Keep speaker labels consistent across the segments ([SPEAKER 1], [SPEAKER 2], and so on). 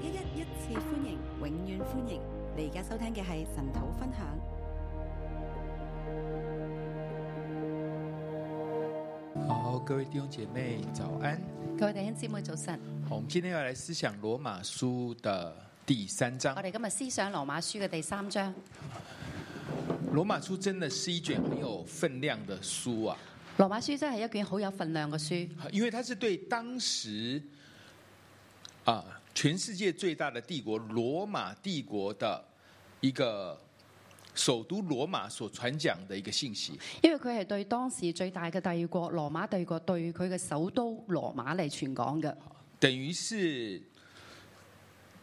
[SPEAKER 1] 一一一次歡迎，永遠歡迎！你而家收聽嘅係神土分享。
[SPEAKER 2] 好，各位弟兄姐妹，早安！
[SPEAKER 3] 各位弟兄姊妹早晨，
[SPEAKER 2] 好，我们今天要来思想罗马书的第三章
[SPEAKER 3] 我。哋今日思想羅馬書嘅第三章。
[SPEAKER 2] 罗马书真的是一卷很有分量的书啊，
[SPEAKER 3] 羅馬書真係一卷好有分量嘅書，
[SPEAKER 2] 因为它是对当时啊全世界最大的帝国罗马帝国的一个首都罗马所传讲的一个信息。
[SPEAKER 3] 因為佢係對當時最大嘅帝國羅馬帝國對佢嘅首都羅馬嚟傳講嘅，
[SPEAKER 2] 等于是，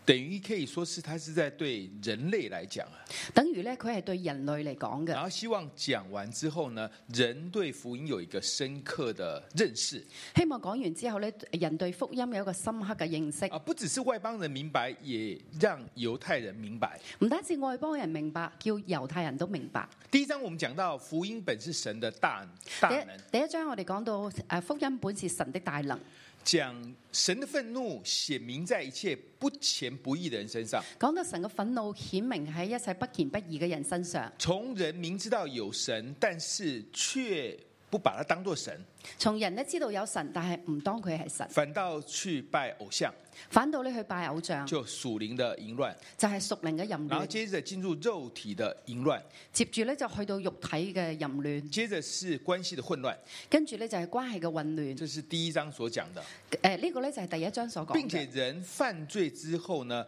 [SPEAKER 2] 等于可以说是他是在对人类来讲啊。
[SPEAKER 3] 等於咧佢係對人類嚟講
[SPEAKER 2] 然
[SPEAKER 3] 嘅，
[SPEAKER 2] 后希望讲完之后呢，人对福音有一个深刻的认识
[SPEAKER 3] 希望講完之後咧，人對福音有一個深刻嘅認識，
[SPEAKER 2] 啊，不只是外邦人明白，也让犹太人明白。
[SPEAKER 3] 唔單止外邦人明白，叫猶太人都明白。
[SPEAKER 2] 第一章我们讲到福音本是神的大大
[SPEAKER 3] 第
[SPEAKER 2] 能，
[SPEAKER 3] 一第一章我哋講到誒福音本是神的大能，
[SPEAKER 2] 讲神的愤怒显明在一切不虔不义的人身上，
[SPEAKER 3] 講到神嘅憤怒顯明喺一切不虔不義嘅人身上。
[SPEAKER 2] 从人明知道有神，但是却不把它当作神，
[SPEAKER 3] 從人咧知道有神，但係唔當佢係神，
[SPEAKER 2] 反倒去拜偶像，
[SPEAKER 3] 反倒你去拜偶像，
[SPEAKER 2] 就属灵的淫乱，
[SPEAKER 3] 就係屬靈嘅淫
[SPEAKER 2] 然后
[SPEAKER 3] 亂。
[SPEAKER 2] 接着进入肉体的淫乱，
[SPEAKER 3] 接住咧就去到肉體嘅淫亂，
[SPEAKER 2] 接着是关系的混乱。
[SPEAKER 3] 跟住咧就係關係嘅混亂。
[SPEAKER 2] 这是第一章所讲的，
[SPEAKER 3] 诶，呢個咧就係第一章所講
[SPEAKER 2] 并且
[SPEAKER 3] 嘅。
[SPEAKER 2] 人犯罪之后呢，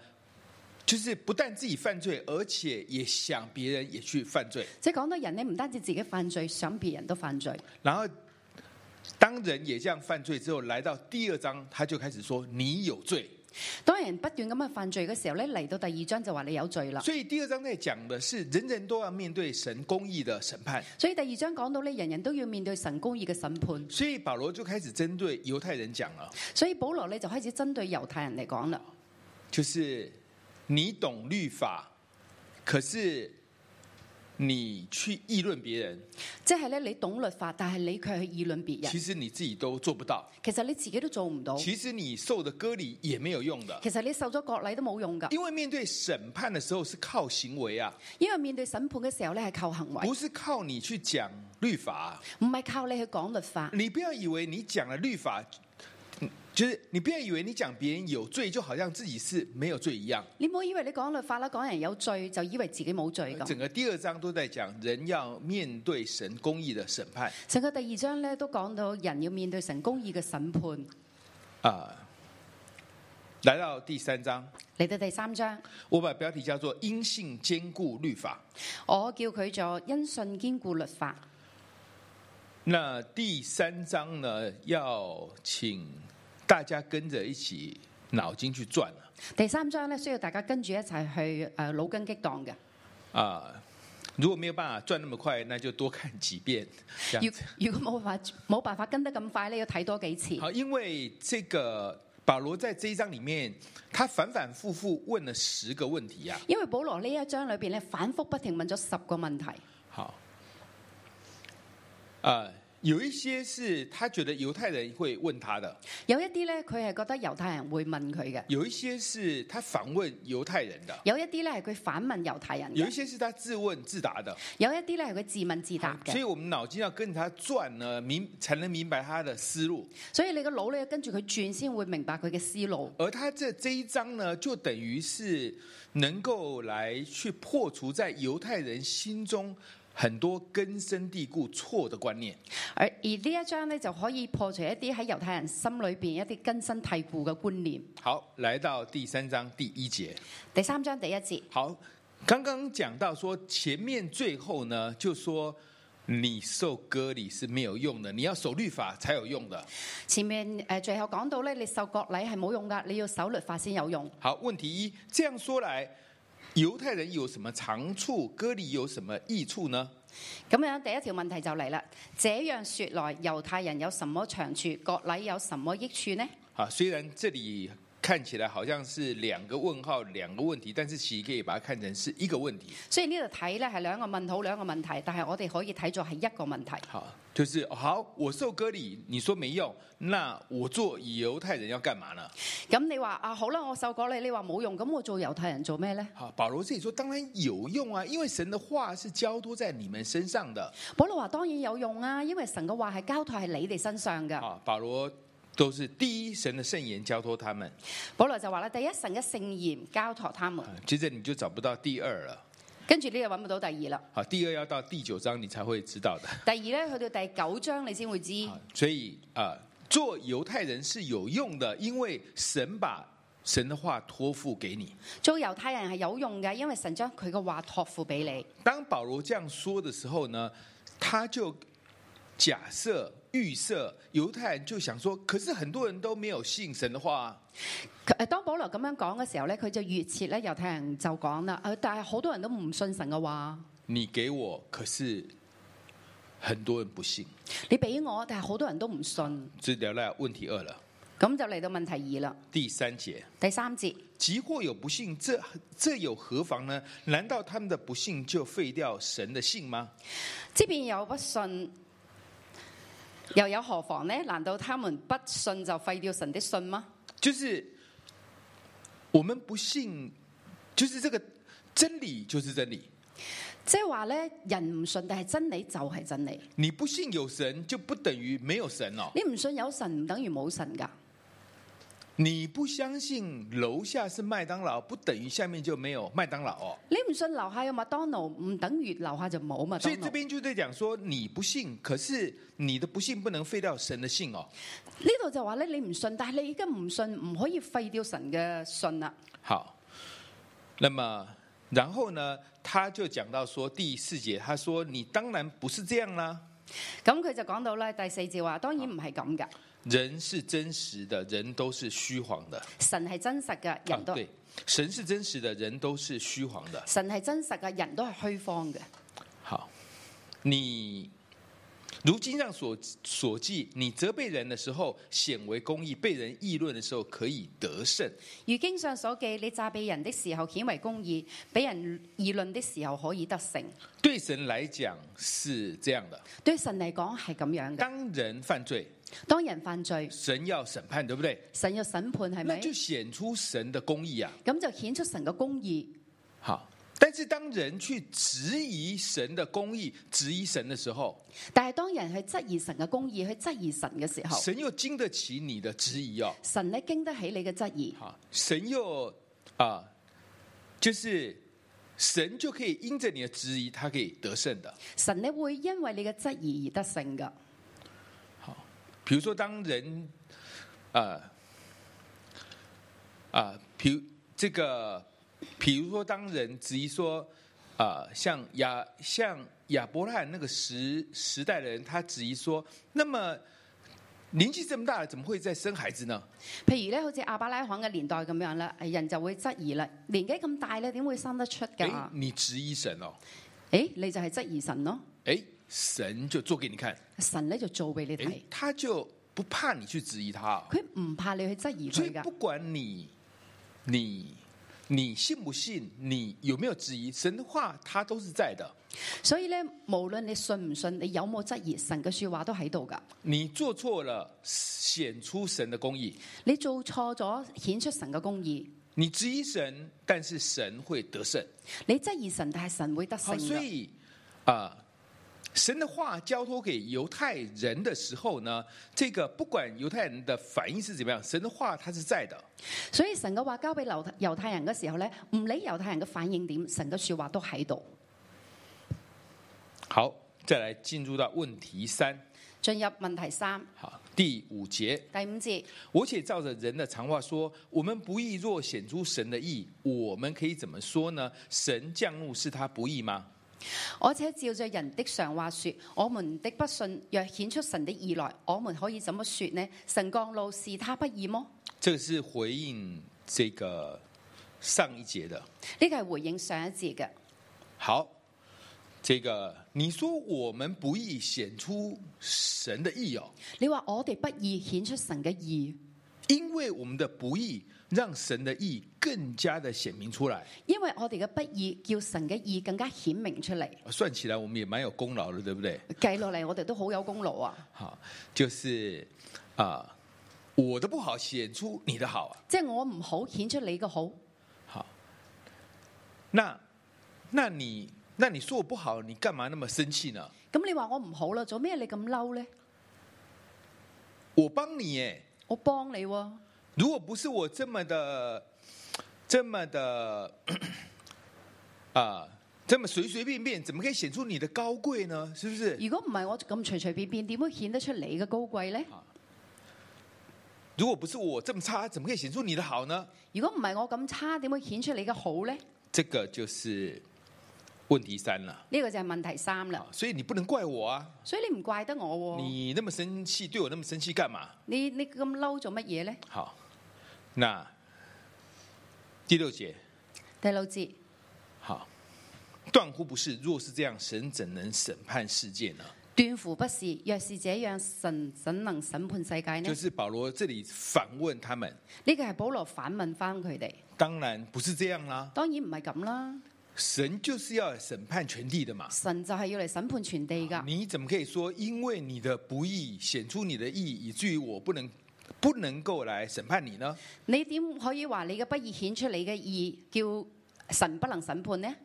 [SPEAKER 2] 就是不但自己犯罪，而且也想别人也去犯罪。
[SPEAKER 3] 即係講到人咧，唔單止自己犯罪，想別人都犯罪。
[SPEAKER 2] 然后，当人也这样犯罪之后，来到第二章，他就开始说你有罪。
[SPEAKER 3] 當人不斷咁去犯罪嘅時候咧，嚟到第二章就話你有罪啦。
[SPEAKER 2] 所以第二章在讲的是人人都要面对神公义的审判。
[SPEAKER 3] 所以第二章講到咧，人人都要面對神公義嘅審判。
[SPEAKER 2] 所以保罗就开始针对犹太人讲了，
[SPEAKER 3] 所以保羅咧就開始針對猶太人嚟講啦。
[SPEAKER 2] 就是你懂律法，可是你去议论别人，
[SPEAKER 3] 即係咧，你懂律法，但係你卻去議論別
[SPEAKER 2] 其
[SPEAKER 3] 人，
[SPEAKER 2] 实你自己都做不到。
[SPEAKER 3] 其實你自己都做唔到。
[SPEAKER 2] 其实你受的割礼也没有用的，
[SPEAKER 3] 其實你受咗割禮都冇用㗎，
[SPEAKER 2] 因为面对审判的时候是靠行为啊，
[SPEAKER 3] 因為面對審判嘅時候咧係靠行為，
[SPEAKER 2] 不是靠你去讲律法啊、
[SPEAKER 3] 唔係靠你去講律法。
[SPEAKER 2] 你不要以为你讲了律法，嗯就是你不要以为你讲别人有罪，就好像自己是没有罪一样。
[SPEAKER 3] 你唔好以為你講律法啦，講人有罪就以為自己冇罪咁。
[SPEAKER 2] 整个第二章都在讲人要面对神公义的审判
[SPEAKER 3] 成個第二章咧都講到人要面對神公義嘅審判。
[SPEAKER 2] 啊、来到第三章，
[SPEAKER 3] 嚟到第三章，
[SPEAKER 2] 我把标题叫做“因信兼顾律法”。
[SPEAKER 3] 我叫佢做因信堅固律法。
[SPEAKER 2] 那第三章呢，要请大家跟着一起脑筋去转啊了
[SPEAKER 3] 第三章咧需要大家跟住一齊去誒腦筋激盪嘅。
[SPEAKER 2] 啊、如果没有办法转那么快，那就多看几遍。这样
[SPEAKER 3] 如如果冇辦法冇辦法跟得咁快咧，要睇多幾次。
[SPEAKER 2] 好，因为这个保罗在这一章里面，他反反复复问了十个问题呀、
[SPEAKER 3] 因為保羅呢一章裏邊咧反覆不停問咗十個問題，
[SPEAKER 2] 好，啊、有一些是他觉得犹太人会問他的，
[SPEAKER 3] 有一啲咧佢係覺得猶太人會問佢嘅，
[SPEAKER 2] 有一些是他反问犹太人的，
[SPEAKER 3] 有一啲咧係佢反問猶太人
[SPEAKER 2] 有
[SPEAKER 3] 嘅
[SPEAKER 2] 一，些是他自问自答的。
[SPEAKER 3] 有一啲咧係佢自問自答
[SPEAKER 2] 啊所以
[SPEAKER 3] 嘅。
[SPEAKER 2] 我们脑筋要跟着他转呢，明才能明白他的思路。
[SPEAKER 3] 所以你個腦咧跟住佢轉先會明白佢嘅思路。
[SPEAKER 2] 而他这这一章呢，就等于是能够来去破除在犹太人心中很多根深蒂固错的观念。
[SPEAKER 3] 而而呢一章咧就可以破除一啲喺猶太人心裏邊一啲根深蒂固嘅觀念。
[SPEAKER 2] 好，来到第三章第一节。
[SPEAKER 3] 第三章第一節，
[SPEAKER 2] 好，刚刚讲到说前面最后呢，就说你受割礼是没有用的，你要守律法才有用的。
[SPEAKER 3] 前面誒、呃最後講到咧，你受割禮係冇用㗎，你要守律法先有用。
[SPEAKER 2] 好，问题一，这样说来，犹太人有什么长处？割礼有什么益处呢？
[SPEAKER 3] 咁樣第一條問題就嚟啦。這樣說來，猶太人有什麼長處？割禮有什麼益處呢？
[SPEAKER 2] 啊，虽然这里看起来好像是两个问号、两个问题，但是其实可以把它看成是一个問題。
[SPEAKER 3] 雖然呢度睇咧係兩個問號、兩個問題，但係我哋可以睇作係一個問題。
[SPEAKER 2] 好，就是哦好，我受割礼，你说没用，那我做犹太人要干嘛呢？
[SPEAKER 3] 咁你話啊好啦，我受過你，你話冇用，咁我做猶太人做咩呢？
[SPEAKER 2] 好，保罗这里说，当然有用啊，因为神的话是交托在你们身上的
[SPEAKER 3] 保羅話當然有用啊，因為神嘅話係交託喺你哋身上嘅。
[SPEAKER 2] 啊。保罗都是第一，神的圣言交托他们，
[SPEAKER 3] 保羅就話啦，第一神嘅聖言交託他們，
[SPEAKER 2] 啊接着你就找不到第二了。
[SPEAKER 3] 跟住呢就揾唔到第二啦。
[SPEAKER 2] 好，第二要到第九章你才会知道的。
[SPEAKER 3] 第二呢，去到第九章你先會知，
[SPEAKER 2] 啊所以啊、呃做犹太人是有用的，因为神把神的话托付给你。
[SPEAKER 3] 做猶太人係有用嘅，因為神將佢嘅話托付俾你。
[SPEAKER 2] 当保罗这样说的时候呢，他就假设预设犹太人就想说，可是很多人都没有信神的话啊、
[SPEAKER 3] 佢誒當保羅咁樣講嘅時候呢，佢就預設咧猶太人就講啦，啊但係好多人都唔信神嘅話，
[SPEAKER 2] 你给我，可是很多人不信。
[SPEAKER 3] 你俾我，但係好多人都唔信。
[SPEAKER 2] 这聊到问题二了，
[SPEAKER 3] 咁就嚟到問題二啦，
[SPEAKER 2] 第三节。
[SPEAKER 3] 第三節。
[SPEAKER 2] 即或有不信，这这又何妨呢？难道他们的不信就废掉神的信吗？
[SPEAKER 3] 即便有不信，又有何妨呢？難道他們不信就廢掉神的信嗎？
[SPEAKER 2] 就是我们不信，就是这个真理就是真理。
[SPEAKER 3] 即係話咧，人唔信，但係真理就係真理。
[SPEAKER 2] 你不信有神，就不等于没有神哦。
[SPEAKER 3] 你唔信有神，唔等於冇神噶。
[SPEAKER 2] 你不相信楼下是麦当劳，不等于下面就没有麦当劳哦。
[SPEAKER 3] 你唔信樓下有麥當勞，唔等於樓下就冇麥當
[SPEAKER 2] 所以这
[SPEAKER 3] 勞。
[SPEAKER 2] 边就在讲说，你不信，可是你的不信不能废掉神的信哦。
[SPEAKER 3] 呢度就話咧，你唔信，但係你而家唔信，唔可以廢掉神嘅信啊啦。
[SPEAKER 2] 好，那么然后呢，他就讲到说第四节，他说你当然不是这样啦。
[SPEAKER 3] 咁佢就講到咧，第四節話，當然唔係咁噶，
[SPEAKER 2] 人是真实的，人都是虚谎的。
[SPEAKER 3] 神係真實嘅，人都、
[SPEAKER 2] 啊、对，神是真实的，人都是虚谎的。
[SPEAKER 3] 神係真實嘅，人都係虛荒嘅。
[SPEAKER 2] 好，你如经上所所记，你责备人的时候显为公义，被人议论的时候可以得胜。
[SPEAKER 3] 如經上所記，你詐備人的時候顯為公義，俾人議論的時候可以得勝。
[SPEAKER 2] 对神来讲是这样的：
[SPEAKER 3] 對神嚟講係咁樣嘅。
[SPEAKER 2] 当人犯罪，
[SPEAKER 3] 當人犯罪，
[SPEAKER 2] 神要审判，对不对？
[SPEAKER 3] 神要審判係
[SPEAKER 2] 那
[SPEAKER 3] 咪
[SPEAKER 2] 就？显出神的公义啊。
[SPEAKER 3] 咁就顯出神嘅公義。
[SPEAKER 2] 好，但是当人去质疑神的公义、质疑神的时候，
[SPEAKER 3] 但係當人去質疑神嘅公義，去質疑神嘅時候，
[SPEAKER 2] 神又经得起你的质疑哦。
[SPEAKER 3] 神咧經得起你嘅質疑。
[SPEAKER 2] 好，神又啊，就是神就可以因着你的质疑，他可以得胜的。
[SPEAKER 3] 神咧會因為你嘅質疑而得勝噶。
[SPEAKER 2] 比如说，当人啊啊，比如这个，比如说，当人质疑说啊，像亚像亚伯拉罕那个时时代的人，他质疑说，那么年纪这么大了，怎么会再生孩子呢？
[SPEAKER 3] 譬如咧，好似亞伯拉罕嘅年代咁樣啦，人就會質疑啦。年紀咁大咧，點會生得出
[SPEAKER 2] 哎
[SPEAKER 3] 㗎，？
[SPEAKER 2] 你质疑神哦，
[SPEAKER 3] 誒，你就係質疑神咯。
[SPEAKER 2] 哎，神就做给你看。
[SPEAKER 3] 神咧就做俾你睇
[SPEAKER 2] 诶，，他就不怕你去质疑他、哦
[SPEAKER 3] 佢唔怕你去質疑
[SPEAKER 2] 所以
[SPEAKER 3] 佢㗎。
[SPEAKER 2] 不管你你你信不信，你有没有质疑，神的话他都是在的。
[SPEAKER 3] 所以咧，無論你信唔信，你有冇質疑，神嘅说話都喺度㗎。
[SPEAKER 2] 你做错了，显出神的公义；
[SPEAKER 3] 你做錯咗，顯出神嘅公義。
[SPEAKER 2] 你质疑神，但是神会得胜。
[SPEAKER 3] 你質疑神，但係神會得勝
[SPEAKER 2] 好，所
[SPEAKER 3] 㗎。
[SPEAKER 2] 以啊、神的话交托给犹太人的时候呢，这个不管犹太人的反应是怎么样，神的话他是在的。
[SPEAKER 3] 所以神嘅話交俾猶猶太人嘅時候咧，唔理猶太人嘅反應點，神嘅说話都喺度。
[SPEAKER 2] 好，再来进入到问题三，
[SPEAKER 3] 進入問題三
[SPEAKER 2] 好，第五节。
[SPEAKER 3] 第五節，
[SPEAKER 2] 我且照着人的常话说：我们不义若显出神的义，我们可以怎么说呢？神降怒是他不义吗？
[SPEAKER 3] 我且照着人的常話說，我們的不信若顯出神的義來，我們可以怎麼說呢？神降怒是他不義麼？
[SPEAKER 2] 这个是回应这个上一节的。
[SPEAKER 3] 呢個係回應上一節嘅。
[SPEAKER 2] 好，这个你说我们不义显出神的义哦，
[SPEAKER 3] 你話我哋不義顯出神嘅義。
[SPEAKER 2] 因为我们的不义，让神的意更加的显明出来。
[SPEAKER 3] 因為我哋嘅不義叫神嘅義更加顯明出嚟。
[SPEAKER 2] 算起来，我们也蛮有功劳的，对不对？
[SPEAKER 3] 計落嚟，我哋都好有功勞啊！
[SPEAKER 2] 好，就是啊、我的不好显出你的好啊。
[SPEAKER 3] 即係我唔好顯出你嘅好，
[SPEAKER 2] 好，那那你那你说我不好，你干嘛那么生气呢？
[SPEAKER 3] 咁你話我唔好啦，做咩你咁嬲呢？
[SPEAKER 2] 我帮你耶，
[SPEAKER 3] 我幫你、喎，
[SPEAKER 2] 如果不是我这么的这么的啊、这么随随便便，怎么可以显出你的高贵呢？是不是？
[SPEAKER 3] 如果唔係我咁隨隨便便，點會顯得出你嘅高貴呢？
[SPEAKER 2] 如果不是我这么差，怎么可以显出你的好呢？
[SPEAKER 3] 如果唔係我咁差，點會顯出你嘅好呢？呢、
[SPEAKER 2] 这个就是问题三了。
[SPEAKER 3] 個就係問題三啦。
[SPEAKER 2] 所以你不能怪我啊！
[SPEAKER 3] 所以你唔怪得我、喎，
[SPEAKER 2] 你那么生气，对我那么生气干嘛？
[SPEAKER 3] 你你咁嬲做乜嘢呢？
[SPEAKER 2] 好，那第六节，
[SPEAKER 3] 第六節，
[SPEAKER 2] 好，断乎不是。若是这样，神怎能审判世界呢？
[SPEAKER 3] 斷乎不是，若是這樣，神怎能審判世界呢？
[SPEAKER 2] 就是保罗这里反问他们，
[SPEAKER 3] 呢個係保羅反問翻佢哋，
[SPEAKER 2] 当然不是这样啦，
[SPEAKER 3] 當然唔係咁啦，
[SPEAKER 2] 神就是要审判全地的嘛。
[SPEAKER 3] 神就係要嚟審判全地噶。
[SPEAKER 2] 你怎么可以说，因为你的不义显出你的义，以至于我不能不能够来审判你呢？
[SPEAKER 3] 你點可以話你嘅不義顯出你嘅義，叫神不能審判呢？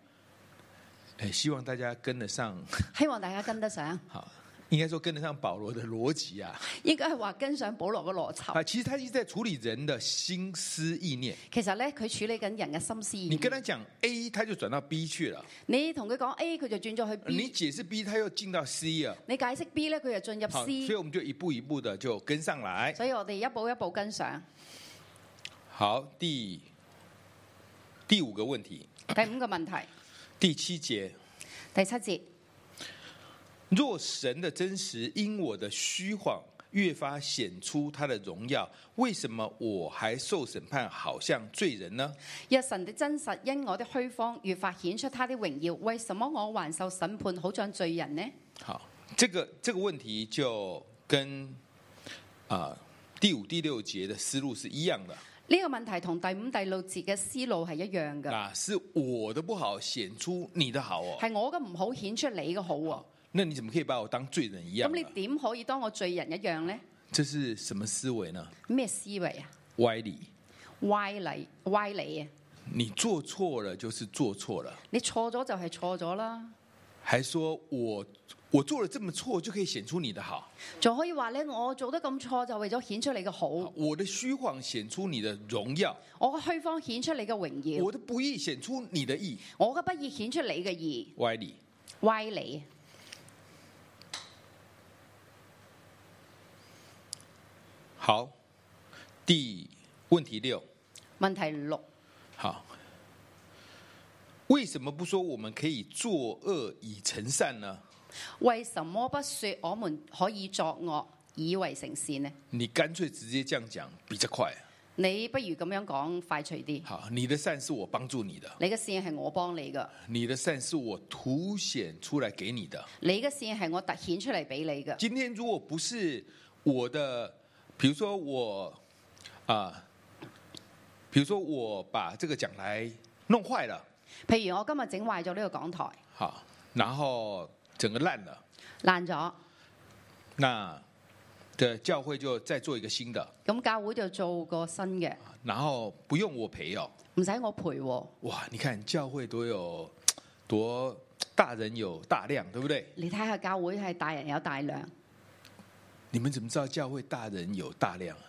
[SPEAKER 2] 哎，希望大家跟得上，
[SPEAKER 3] 希望大家跟得上，
[SPEAKER 2] 好，应该说跟得上保罗的逻辑啊。
[SPEAKER 3] 應該係話跟上保羅嘅邏輯。
[SPEAKER 2] 啊，其实他一直在处理人的心思意念。
[SPEAKER 3] 其實咧，佢處理緊人嘅心思意
[SPEAKER 2] 你跟
[SPEAKER 3] 念。
[SPEAKER 2] 他講 A，他就轉到 B 去了；
[SPEAKER 3] 你同佢講 A，佢就轉咗去
[SPEAKER 2] 啊你
[SPEAKER 3] B；
[SPEAKER 2] 解釋 B，他又進到 C 了。
[SPEAKER 3] 你解釋 B 咧，佢就進入
[SPEAKER 2] 好，所以
[SPEAKER 3] C。
[SPEAKER 2] 我們就一步一步的就跟上來。
[SPEAKER 3] 所以我哋一步一步跟上。
[SPEAKER 2] 好，第第五個問題，
[SPEAKER 3] 第五個問題，
[SPEAKER 2] 第七節：
[SPEAKER 3] 第七節。
[SPEAKER 2] 若神的真實因我的虛晃越發顯出他的榮耀，為什麼我還受審判，好像罪人呢？
[SPEAKER 3] 若神的真實因我的虛荒越發顯出他的榮耀，為什麼我還受審判，好像罪人呢？
[SPEAKER 2] 好，这个这个問題就跟啊、第五、第六節的思路是一樣的。
[SPEAKER 3] 呢、個問題同第五、第六節嘅思路係一樣嘅，
[SPEAKER 2] 啊，是我的不好显出你的好哦。
[SPEAKER 3] 係我嘅唔好顯出你嘅好喎。
[SPEAKER 2] 那你怎么可以把我当罪人一样
[SPEAKER 3] 咁
[SPEAKER 2] 呢
[SPEAKER 3] 你？點可以當我罪人一樣呢？
[SPEAKER 2] 这是什么思维呢？
[SPEAKER 3] 咩思維啊？
[SPEAKER 2] 歪理，
[SPEAKER 3] 歪理歪理啊！
[SPEAKER 2] 你做错了就是做错了，
[SPEAKER 3] 你錯咗就係錯咗啦，
[SPEAKER 2] 还说我我做了这么错就可以显出你的好，
[SPEAKER 3] 仲可以話呢：「我做得咁錯就為咗顯出你嘅好，
[SPEAKER 2] 我的虚晃显出你的荣耀，
[SPEAKER 3] 我嘅虛荒顯出你嘅榮耀，
[SPEAKER 2] 我的不义显出你的义。
[SPEAKER 3] 我嘅不義顯出你嘅義。
[SPEAKER 2] 歪理，
[SPEAKER 3] 歪理啊！
[SPEAKER 2] 好，第问题六，
[SPEAKER 3] 問題六。
[SPEAKER 2] 好，为什么不说我们可以作恶以成善呢？
[SPEAKER 3] 为什么不说我们可以作恶以为成善呢？
[SPEAKER 2] 你干脆直接这样讲比较快。
[SPEAKER 3] 你不如咁样讲快脆啲。
[SPEAKER 2] 好，你的善是我帮助你的，
[SPEAKER 3] 你嘅善系我帮你噶，
[SPEAKER 2] 你的善是我凸显出来给你的。
[SPEAKER 3] 你嘅善系我凸显出嚟俾你噶。
[SPEAKER 2] 今天如果不是我的，比如说我啊，比如说我把这个讲台弄坏了，
[SPEAKER 3] 譬如我今日整坏咗呢个港台，
[SPEAKER 2] 好，然后整个烂了，
[SPEAKER 3] 烂咗，
[SPEAKER 2] 那的教会就再做一个新的，
[SPEAKER 3] 咁教会就做个新嘅，
[SPEAKER 2] 然后不用我赔哦。
[SPEAKER 3] 唔使我赔喎。
[SPEAKER 2] 哇，你看教会多有多大人有大量，对不对？
[SPEAKER 3] 你睇下教会系大人有大量，
[SPEAKER 2] 你们怎么知道教会大人有大量啊？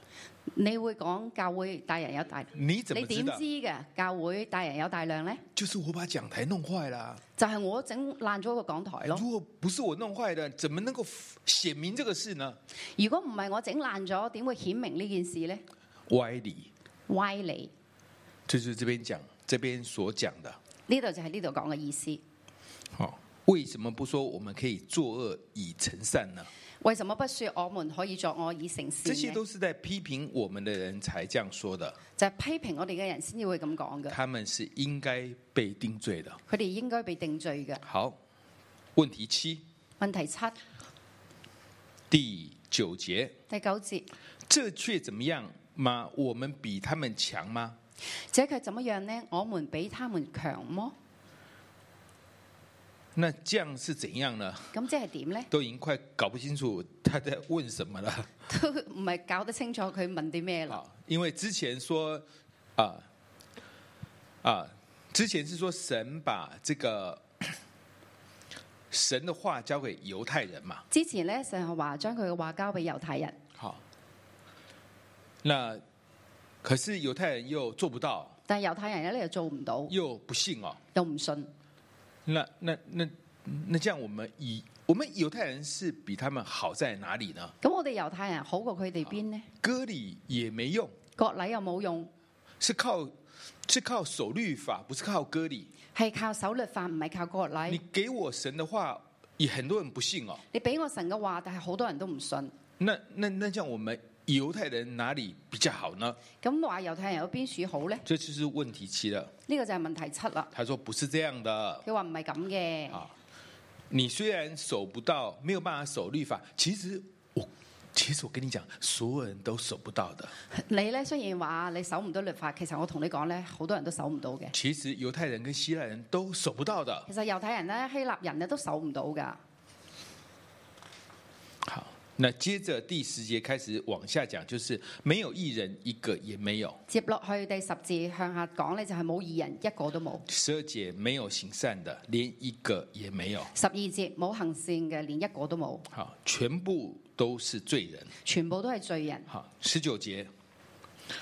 [SPEAKER 3] 你会讲教会大人有大量，
[SPEAKER 2] 你怎
[SPEAKER 3] 你
[SPEAKER 2] 么知啊
[SPEAKER 3] 点
[SPEAKER 2] 道
[SPEAKER 3] 知？嘅教会大人有大量呢？
[SPEAKER 2] 就是我把讲台弄坏了啊、
[SPEAKER 3] 就系、我整烂咗个港台咯。
[SPEAKER 2] 如果不是我弄坏的，怎么能够显明这个事呢？
[SPEAKER 3] 如果唔系我整烂咗，点会显明呢件事呢？
[SPEAKER 2] 歪理，
[SPEAKER 3] 歪理。
[SPEAKER 2] 这就是这边讲，这边所讲的。
[SPEAKER 3] 呢度就係呢度講嘅意思。
[SPEAKER 2] 好、为什么不说我们可以作恶以成善呢？
[SPEAKER 3] 為什麼不說我們可以作惡以成善
[SPEAKER 2] 这些
[SPEAKER 3] 呢？
[SPEAKER 2] 都是在批评我们的人才这样说的，
[SPEAKER 3] 就係批評我哋嘅人先至會咁講嘅，
[SPEAKER 2] 他们是应该被定罪的。
[SPEAKER 3] 佢哋應該被定罪嘅。
[SPEAKER 2] 好，问题七，
[SPEAKER 3] 問題七
[SPEAKER 2] 第九节，
[SPEAKER 3] 第九節，
[SPEAKER 2] 这却怎么样？吗？我们比他们强吗？
[SPEAKER 3] 這卻怎麼樣呢？我們比他們強麼？
[SPEAKER 2] 那这样是怎样呢？
[SPEAKER 3] 咁即係點呢？
[SPEAKER 2] 都已經快搞不清楚他在问什么了
[SPEAKER 3] 都唔係搞得清楚佢問啲咩啦。
[SPEAKER 2] 啊！因为之前说啊啊，之前是说神把这个 神的话交给犹太人嘛，
[SPEAKER 3] 之前呢，神係話將佢嘅話交俾猶太人，
[SPEAKER 2] 好，那可是犹太人又做不到，
[SPEAKER 3] 但係猶太人咧又做唔到，
[SPEAKER 2] 又不信哦。
[SPEAKER 3] 又唔信。
[SPEAKER 2] 那那那那这样，我们以我们犹太人是比他们好在哪里呢？
[SPEAKER 3] 咁我哋猶太人好過佢哋邊呢？
[SPEAKER 2] 割礼也没用，
[SPEAKER 3] 割禮又冇用，
[SPEAKER 2] 是靠是靠守律法，不是靠割礼。
[SPEAKER 3] 係靠守律法，唔係靠割
[SPEAKER 2] 你
[SPEAKER 3] 禮。
[SPEAKER 2] 给我神的话，也很多人不信哦。
[SPEAKER 3] 你俾我神嘅話，但係好多人都唔信。
[SPEAKER 2] 那那那这样，我们犹太人哪里比较好呢？
[SPEAKER 3] 咁話猶太人有邊處好呢？
[SPEAKER 2] 这就是问题七了。
[SPEAKER 3] 呢、個就係問題七啦。
[SPEAKER 2] 他说不是这样的
[SPEAKER 3] 佢話唔係咁嘅，
[SPEAKER 2] 啊，你虽然守不到，没有办法守律法，其实我其实我跟你讲，所有人都守不到的。
[SPEAKER 3] 你呢雖然話你守唔到律法，其實我同你講呢，好多人都守唔到嘅。
[SPEAKER 2] 其实犹太人跟希腊人都守不到的。
[SPEAKER 3] 其實猶太人咧、希臘人咧都守唔到㗎。
[SPEAKER 2] 好，那接着第十节开始往下讲，就是没有一人一个也没有。
[SPEAKER 3] 接落去第十字向下講咧，就係冇二人一個都冇。
[SPEAKER 2] 十二节没有行善的，连一个也没有。
[SPEAKER 3] 十二節冇行善嘅，連一個都冇，
[SPEAKER 2] 好，全部都是罪人。
[SPEAKER 3] 全部都係罪人。
[SPEAKER 2] 好，十九节，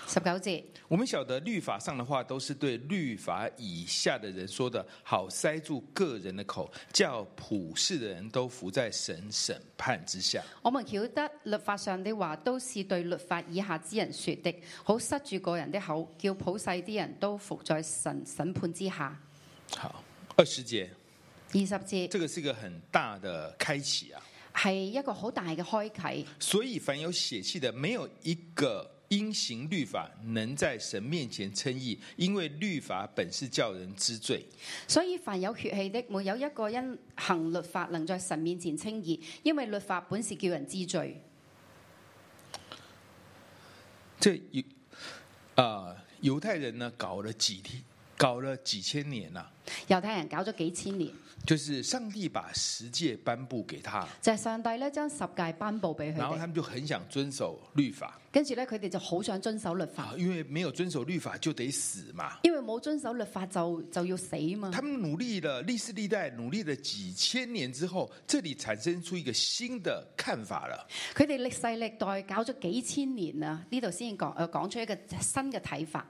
[SPEAKER 3] 十九節，
[SPEAKER 2] 我们晓得律法上的话都是对律法以下的人说的，好塞住个人的口，叫普世的人都伏在神审判之下。
[SPEAKER 3] 我們曉得律法上的話都是對律法以下之人說的，好塞住個人的口，叫普世啲人都服在神審判之下。
[SPEAKER 2] 好，二十节，
[SPEAKER 3] 二十節
[SPEAKER 2] 这个是一个很大的开启啊。
[SPEAKER 3] 係一個好大嘅開啟，
[SPEAKER 2] 所以凡有血气的，没有一个因行律法能在神面前称义，因为律法本是叫人知罪。
[SPEAKER 3] 所以凡有血氣的，沒有一個因行律法能在神面前稱義，因為律法本是叫人知罪。
[SPEAKER 2] 这犹啊、犹太人呢，搞了几天，搞了几千年啊呐、
[SPEAKER 3] 猶太人搞咗幾千年，
[SPEAKER 2] 就是上帝把十诫颁布给他，
[SPEAKER 3] 就係、上帝咧將十戒頒布俾佢
[SPEAKER 2] 然后他
[SPEAKER 3] 哋，
[SPEAKER 2] 们就很想遵守律法
[SPEAKER 3] 跟住咧佢哋就好想遵守律法
[SPEAKER 2] 啊，，因為没有遵守律法就得死嘛。
[SPEAKER 3] 因為冇遵守律法就就要死嘛。
[SPEAKER 2] 他们努力了，历世历代努力了几千年之后，这里产生出一个新的看法了。
[SPEAKER 3] 佢哋歷世歷代搞咗幾千年啊，呢度先講誒講出一個新嘅睇法。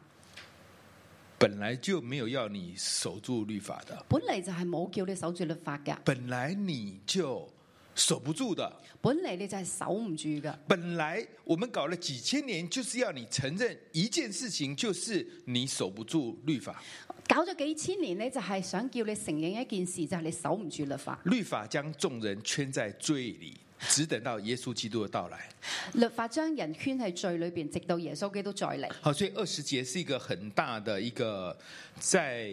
[SPEAKER 2] 本来就没有要你守住律法的，
[SPEAKER 3] 本嚟就係冇叫你守住律法嘅，
[SPEAKER 2] 本来你就守不住的，
[SPEAKER 3] 本嚟你就係守唔住嘅。
[SPEAKER 2] 本来我们搞了几千年，就是要你承认一件事情，就是你守不住律法，
[SPEAKER 3] 搞咗幾千年呢，就係想叫你承認一件事，就係、你守唔住律法。
[SPEAKER 2] 律法将众人圈在罪里，只等到耶稣基督的到来。
[SPEAKER 3] 律法將人圈喺罪裏邊，直到耶穌基督再嚟。
[SPEAKER 2] 好，所以二十节是一个很大的一个在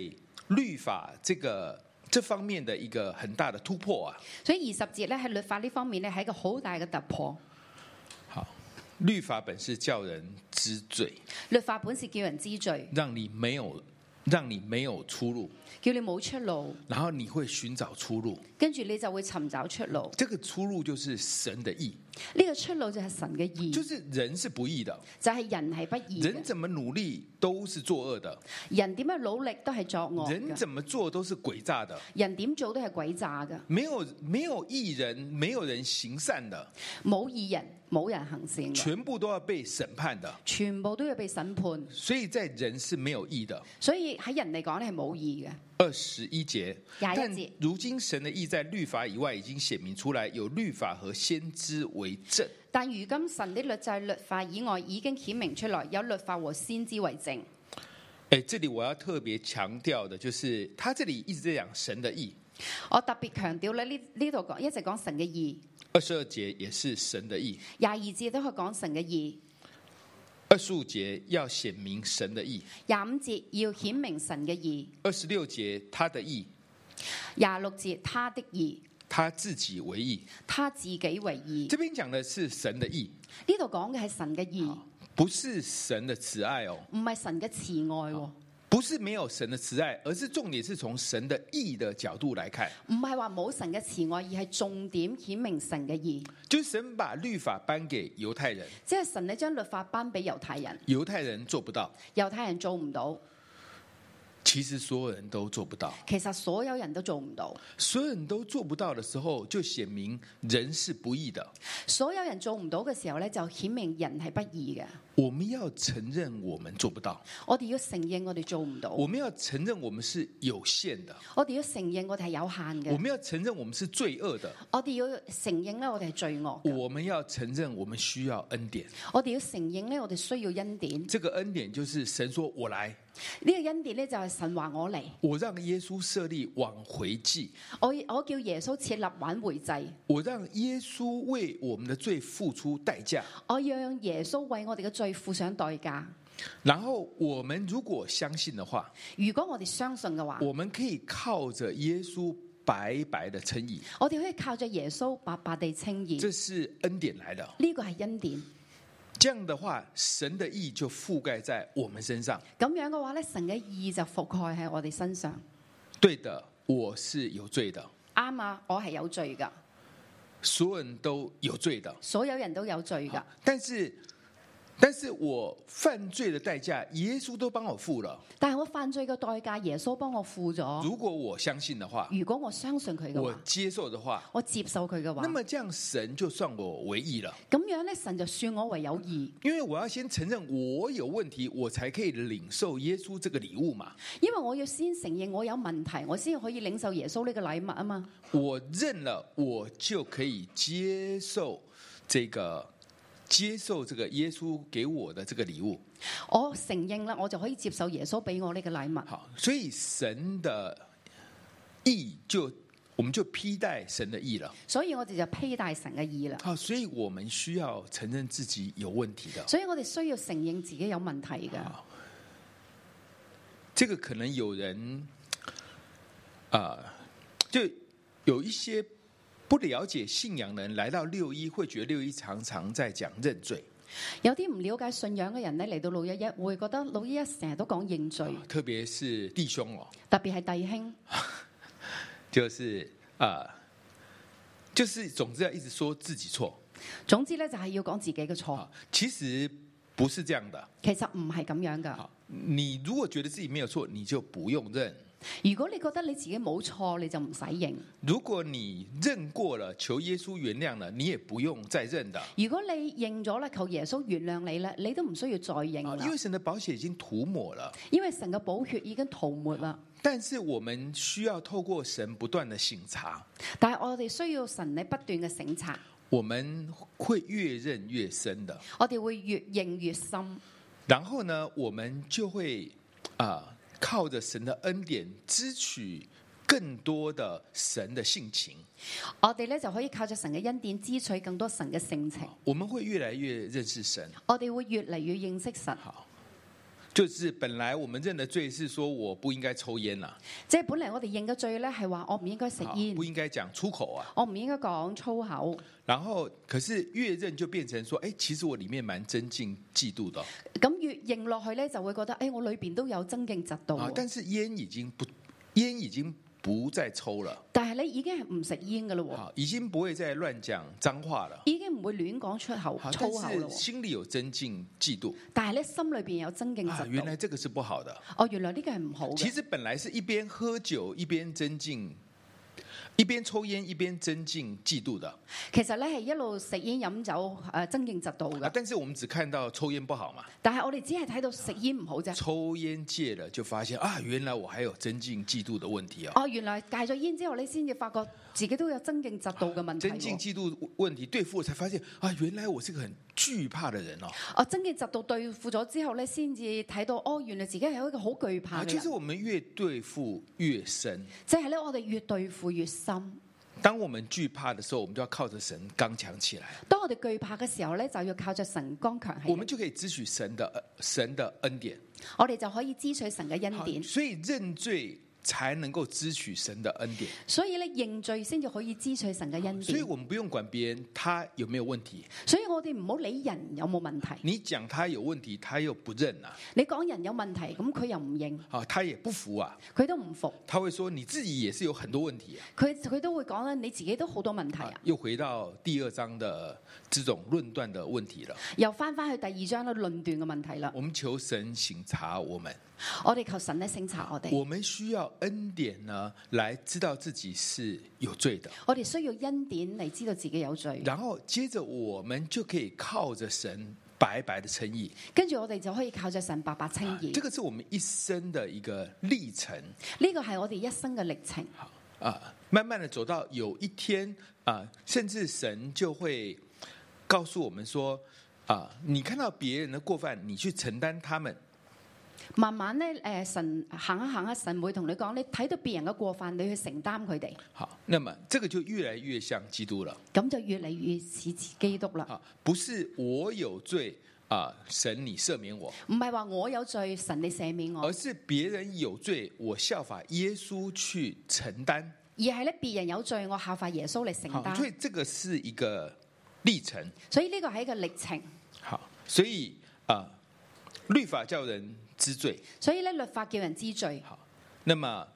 [SPEAKER 2] 律法这个这方面的一个很大的突破啊。
[SPEAKER 3] 所以二十節咧喺律法呢方面咧係一個好大嘅突破。
[SPEAKER 2] 好，律法本是叫人知罪，
[SPEAKER 3] 律法本是叫人知罪，
[SPEAKER 2] 让你没有让你没有出路，
[SPEAKER 3] 叫你冇出路，
[SPEAKER 2] 然后你会寻找出路。
[SPEAKER 3] 跟住你就會尋找出路。
[SPEAKER 2] 这个出路就是神的意，
[SPEAKER 3] 呢、個出路就係神嘅義，
[SPEAKER 2] 就是人是不易的，
[SPEAKER 3] 就係人係不義
[SPEAKER 2] 人
[SPEAKER 3] 嘅，
[SPEAKER 2] 怎么努力都是作恶的，
[SPEAKER 3] 人點樣努力都係作
[SPEAKER 2] 人
[SPEAKER 3] 惡嘅，
[SPEAKER 2] 怎么做都是诡诈的。
[SPEAKER 3] 人點做都係鬼詐嘅，
[SPEAKER 2] 没有没有一人，没有人行善的，
[SPEAKER 3] 冇義人，冇人行善嘅，
[SPEAKER 2] 全部都要被审判的。
[SPEAKER 3] 全部都要被審判。
[SPEAKER 2] 所以在人是没有义的。
[SPEAKER 3] 所以喺人嚟講咧係冇義嘅。
[SPEAKER 2] 二十一节，
[SPEAKER 3] 廿一
[SPEAKER 2] 但
[SPEAKER 3] 節
[SPEAKER 2] 如今神的意在律法以外已经显明出来，有律法和先知为证。
[SPEAKER 3] 但如今神的律就係律法以外已經顯明出來，有律法和先知為證。
[SPEAKER 2] 哎，这里我要特别强调的就是，他这里一直在讲神的意，
[SPEAKER 3] 我特別強調咧呢呢度講一直講神嘅義，
[SPEAKER 2] 二十二节也是神的意，
[SPEAKER 3] 廿二節都可以講神嘅義，
[SPEAKER 2] 二十五节要显明神的意，
[SPEAKER 3] 廿五節要顯明神嘅義，
[SPEAKER 2] 二十六节他的意，
[SPEAKER 3] 廿六節他的義，
[SPEAKER 2] 他自己为意。
[SPEAKER 3] 他自己為義。
[SPEAKER 2] 这边讲的是神的意，
[SPEAKER 3] 呢度講嘅係神嘅義，
[SPEAKER 2] 不是神的慈爱哦，
[SPEAKER 3] 唔係神嘅慈愛喎，
[SPEAKER 2] 不是没有神的慈爱，而是重点是从神的义的角度来看，
[SPEAKER 3] 唔係話冇神嘅慈愛，而係重點顯明神嘅義。
[SPEAKER 2] 就是神把律法颁给犹太人，
[SPEAKER 3] 即係神你將律法頒俾猶太人，
[SPEAKER 2] 犹太人做不到，
[SPEAKER 3] 猶太人做唔到，
[SPEAKER 2] 其实所有人都做不到，
[SPEAKER 3] 其實所有人都做唔到。
[SPEAKER 2] 所有人都做不到的时候，就显明人是不义的。
[SPEAKER 3] 所有人做唔到嘅時候呢，就顯明人係不義嘅。
[SPEAKER 2] 我们要承认我们做不到，
[SPEAKER 3] 我哋要承認我哋做唔到，
[SPEAKER 2] 我们要承认我们是有限的，
[SPEAKER 3] 我哋要承認我哋係有限
[SPEAKER 2] 我
[SPEAKER 3] 嘅，
[SPEAKER 2] 们要承认我们是罪恶的，
[SPEAKER 3] 我哋要承認呢，我哋係罪惡嘅，
[SPEAKER 2] 我们要承认我们需要恩典。
[SPEAKER 3] 我哋要承認呢，我哋需要恩典。
[SPEAKER 2] 这个恩典就是神说：“我来，
[SPEAKER 3] 呢、個恩典呢，就係神話我嚟，
[SPEAKER 2] 我让耶稣设立挽回祭，
[SPEAKER 3] 我我叫耶穌設立挽回祭，
[SPEAKER 2] 我让耶稣为我們的罪付出代价。
[SPEAKER 3] 我讓耶穌為我哋嘅罪付上代價。
[SPEAKER 2] 然后我们如果相信的话，
[SPEAKER 3] 如果我哋相信嘅話，
[SPEAKER 2] 我们可以靠着耶稣白白的称义，
[SPEAKER 3] 我哋可以靠着耶穌白白地稱義。
[SPEAKER 2] 这是恩典来的。
[SPEAKER 3] 呢個係恩典。
[SPEAKER 2] 这样的话，神的义就覆盖在我们身上。
[SPEAKER 3] 咁樣嘅話呢，神嘅義就覆蓋喺我哋身上。
[SPEAKER 2] 对的，我是有罪的，
[SPEAKER 3] 啱啊，我係有罪噶，
[SPEAKER 2] 所有人都有罪的，
[SPEAKER 3] 所有人都有罪噶。
[SPEAKER 2] 但是。但是我犯罪的代价，耶稣都帮我付了。
[SPEAKER 3] 但係我犯罪嘅代價，耶穌幫我付咗。
[SPEAKER 2] 如果我相信的话，
[SPEAKER 3] 如果我相信佢嘅
[SPEAKER 2] 我
[SPEAKER 3] 話，
[SPEAKER 2] 接受的话，
[SPEAKER 3] 我接受佢嘅話，
[SPEAKER 2] 那么这样神就算我为义了，
[SPEAKER 3] 咁樣呢，神就算我為有義，
[SPEAKER 2] 因为我要先承认我有问题，我才可以领受耶稣这个礼物嘛。
[SPEAKER 3] 因為我要先承認我有問題，我先可以領受耶穌呢個禮物啊嘛。
[SPEAKER 2] 我认了，我就可以接受这个接受这个耶稣给我的这个礼物。
[SPEAKER 3] 我承認啦，我就可以接受耶穌俾我呢個禮物。
[SPEAKER 2] 好，所以神的义就我们就披戴神的义了。
[SPEAKER 3] 所以我哋就披戴神嘅義啦。
[SPEAKER 2] 好，所以我们需要承认自己有问题的。
[SPEAKER 3] 所以我哋需要承認自己有問題嘅。
[SPEAKER 2] 啊这个可能有人啊、就有一些不了解信仰的人来到六一，会觉得六一常常在讲认罪，
[SPEAKER 3] 有啲唔了解信仰嘅人咧，嚟到六一一會覺得六一一成日都講認罪，
[SPEAKER 2] 啊特别是弟兄哦，
[SPEAKER 3] 特別係弟兄，
[SPEAKER 2] 就是啊、就是总之要一直说自己错
[SPEAKER 3] 總之咧就係要講自己嘅錯。
[SPEAKER 2] 啊，其实不是这样的。
[SPEAKER 3] 其實唔係咁樣噶。
[SPEAKER 2] 好，你如果觉得自己没有错，你就不用认；
[SPEAKER 3] 如果你覺得你自己冇錯，你就唔使認。
[SPEAKER 2] 如果你认过了，求耶稣原谅了，你也不用再认的。
[SPEAKER 3] 如果你認咗啦，求耶穌原諒你咧，你都唔需要再認
[SPEAKER 2] 啊，
[SPEAKER 3] 啦
[SPEAKER 2] 因为，神的宝血已经涂抹了，
[SPEAKER 3] 因為神嘅寶血已經塗抹啦。
[SPEAKER 2] 但是我们需要透过神不断的醒察，
[SPEAKER 3] 但係我哋需要神你不斷嘅省察，
[SPEAKER 2] 我们会越认越深的。
[SPEAKER 3] 我哋會越認越深，
[SPEAKER 2] 然后呢，我们就会啊、靠着神的恩典，支取更多的神的性情。
[SPEAKER 3] 我哋咧就可以靠着神嘅恩典支取更多神嘅性情，
[SPEAKER 2] 我们会越来越认识神。
[SPEAKER 3] 我哋會越嚟越認識神。
[SPEAKER 2] 好，就是本来我们认的罪是说我不应该抽烟啦、
[SPEAKER 3] 即係本嚟我哋認嘅罪咧係話我唔應該食
[SPEAKER 2] 好
[SPEAKER 3] 煙
[SPEAKER 2] 不，应该讲出口啊。
[SPEAKER 3] 我唔應該講粗口。
[SPEAKER 2] 然后，可是越认就变成说，哎，其实我里面蛮真敬嫉妒的哦、
[SPEAKER 3] 咁越認落去咧，就會覺得誒、哎我裏邊都有增敬嫉妒
[SPEAKER 2] 啊，
[SPEAKER 3] 喎。
[SPEAKER 2] 但是烟已经不烟已经不再抽了，
[SPEAKER 3] 但係咧已經係唔食煙嘅咯，
[SPEAKER 2] 好，已經不会再乱讲脏话了。
[SPEAKER 3] 已經唔會亂講出口
[SPEAKER 2] 好，
[SPEAKER 3] 粗口
[SPEAKER 2] 但啊是
[SPEAKER 3] 咯。
[SPEAKER 2] 心里有增进嫉妒
[SPEAKER 3] 但係咧心裏邊有增敬
[SPEAKER 2] 啊，
[SPEAKER 3] 嫉
[SPEAKER 2] 原
[SPEAKER 3] 妒。
[SPEAKER 2] 来这个是不好的。
[SPEAKER 3] 哦，原來呢個係唔好
[SPEAKER 2] 其
[SPEAKER 3] 嘅。
[SPEAKER 2] 实本来是一边喝酒一边增进，一边抽烟一边增进嫉妒的
[SPEAKER 3] 其實咧係一路食煙飲酒誒、呃增敬嫉妒
[SPEAKER 2] 啊
[SPEAKER 3] 嘅。。
[SPEAKER 2] 但是我们只看到抽烟不好嘛，
[SPEAKER 3] 但係我哋只係睇到食煙唔好
[SPEAKER 2] 啊
[SPEAKER 3] 啫。
[SPEAKER 2] 抽烟戒了就发现啊，原来我还有增进嫉妒的问题哦。
[SPEAKER 3] 哦，原來戒咗煙之後，你先至發覺自己都有增敬嫉妒嘅問題
[SPEAKER 2] 增进
[SPEAKER 3] 喎。
[SPEAKER 2] 嫉妒问题对付了才发现啊，原来我是个很惧怕的人哦。
[SPEAKER 3] 哦，增敬嫉妒對付咗之後咧，先至睇到哦，原來自己係一個好懼怕
[SPEAKER 2] 啊，
[SPEAKER 3] 嘅
[SPEAKER 2] 就是
[SPEAKER 3] 人。
[SPEAKER 2] 我们越对付越深。
[SPEAKER 3] 即係咧，我哋越對付越深。
[SPEAKER 2] 当我们惧怕的时候，我们就要靠着神刚强起来，
[SPEAKER 3] 當我哋懼怕嘅時候咧，就要靠着神剛強起
[SPEAKER 2] 我
[SPEAKER 3] 嚟
[SPEAKER 2] 们就可以支取神的呃神的恩典。
[SPEAKER 3] 我哋就可以支取神嘅恩
[SPEAKER 2] 好
[SPEAKER 3] 典。
[SPEAKER 2] 所以认罪才能够支取神的恩典。
[SPEAKER 3] 所以咧認罪先至可以支取神嘅恩
[SPEAKER 2] 所以
[SPEAKER 3] 典。
[SPEAKER 2] 我们不用管别人他有没有问题，
[SPEAKER 3] 所以我哋唔好理人有冇問題。
[SPEAKER 2] 你讲他有问题，他又不认啊，
[SPEAKER 3] 你講人有問題，咁佢又唔認，
[SPEAKER 2] 啊，他也不服啊，
[SPEAKER 3] 佢都唔服，
[SPEAKER 2] 他会说你自己也是有很多问题啊。
[SPEAKER 3] 佢佢都會講啦，你自己都好多問題
[SPEAKER 2] 啊
[SPEAKER 3] 啊。
[SPEAKER 2] 又回到第二章的这种论断的问题了。
[SPEAKER 3] 又翻翻去第二章咧論斷嘅問題啦。
[SPEAKER 2] 我们求神醒察我们，
[SPEAKER 3] 我哋求神咧審查我哋，
[SPEAKER 2] 我们需要恩典呢，来知道自己是有罪的。
[SPEAKER 3] 我哋需要恩典嚟知道自己有罪，
[SPEAKER 2] 然后接着我们就可以靠着神白白的称义，啊
[SPEAKER 3] 跟住我哋就可以靠着神白白清義。
[SPEAKER 2] 这个是我们一生的一个历程
[SPEAKER 3] 呢個係我哋一生嘅歷程。
[SPEAKER 2] 啊。慢慢的走到有一天啊，甚至神就会告诉我们说啊，你看到别人的过犯，你去承担他们。
[SPEAKER 3] 慢慢咧，诶，神行一行啊，神會同你講，你睇到別人嘅過犯，你去承擔佢哋，
[SPEAKER 2] 好，那么这个就越来越像基督了。
[SPEAKER 3] 咁就越嚟越似基督啦。
[SPEAKER 2] 啊，不是我有罪啊，神你赦免我，
[SPEAKER 3] 唔係話我有罪，神你赦免我，
[SPEAKER 2] 而
[SPEAKER 3] 而
[SPEAKER 2] 是别人有罪，我效法耶稣去承担。
[SPEAKER 3] 係咧別人有罪，我效法耶穌嚟承
[SPEAKER 2] 好，所
[SPEAKER 3] 擔。
[SPEAKER 2] 以这个是一个历程。
[SPEAKER 3] 所以呢個係一個歷程。
[SPEAKER 2] 好，所以啊、律法叫人知罪。
[SPEAKER 3] 所以咧，律法叫人知罪。
[SPEAKER 2] 好，那么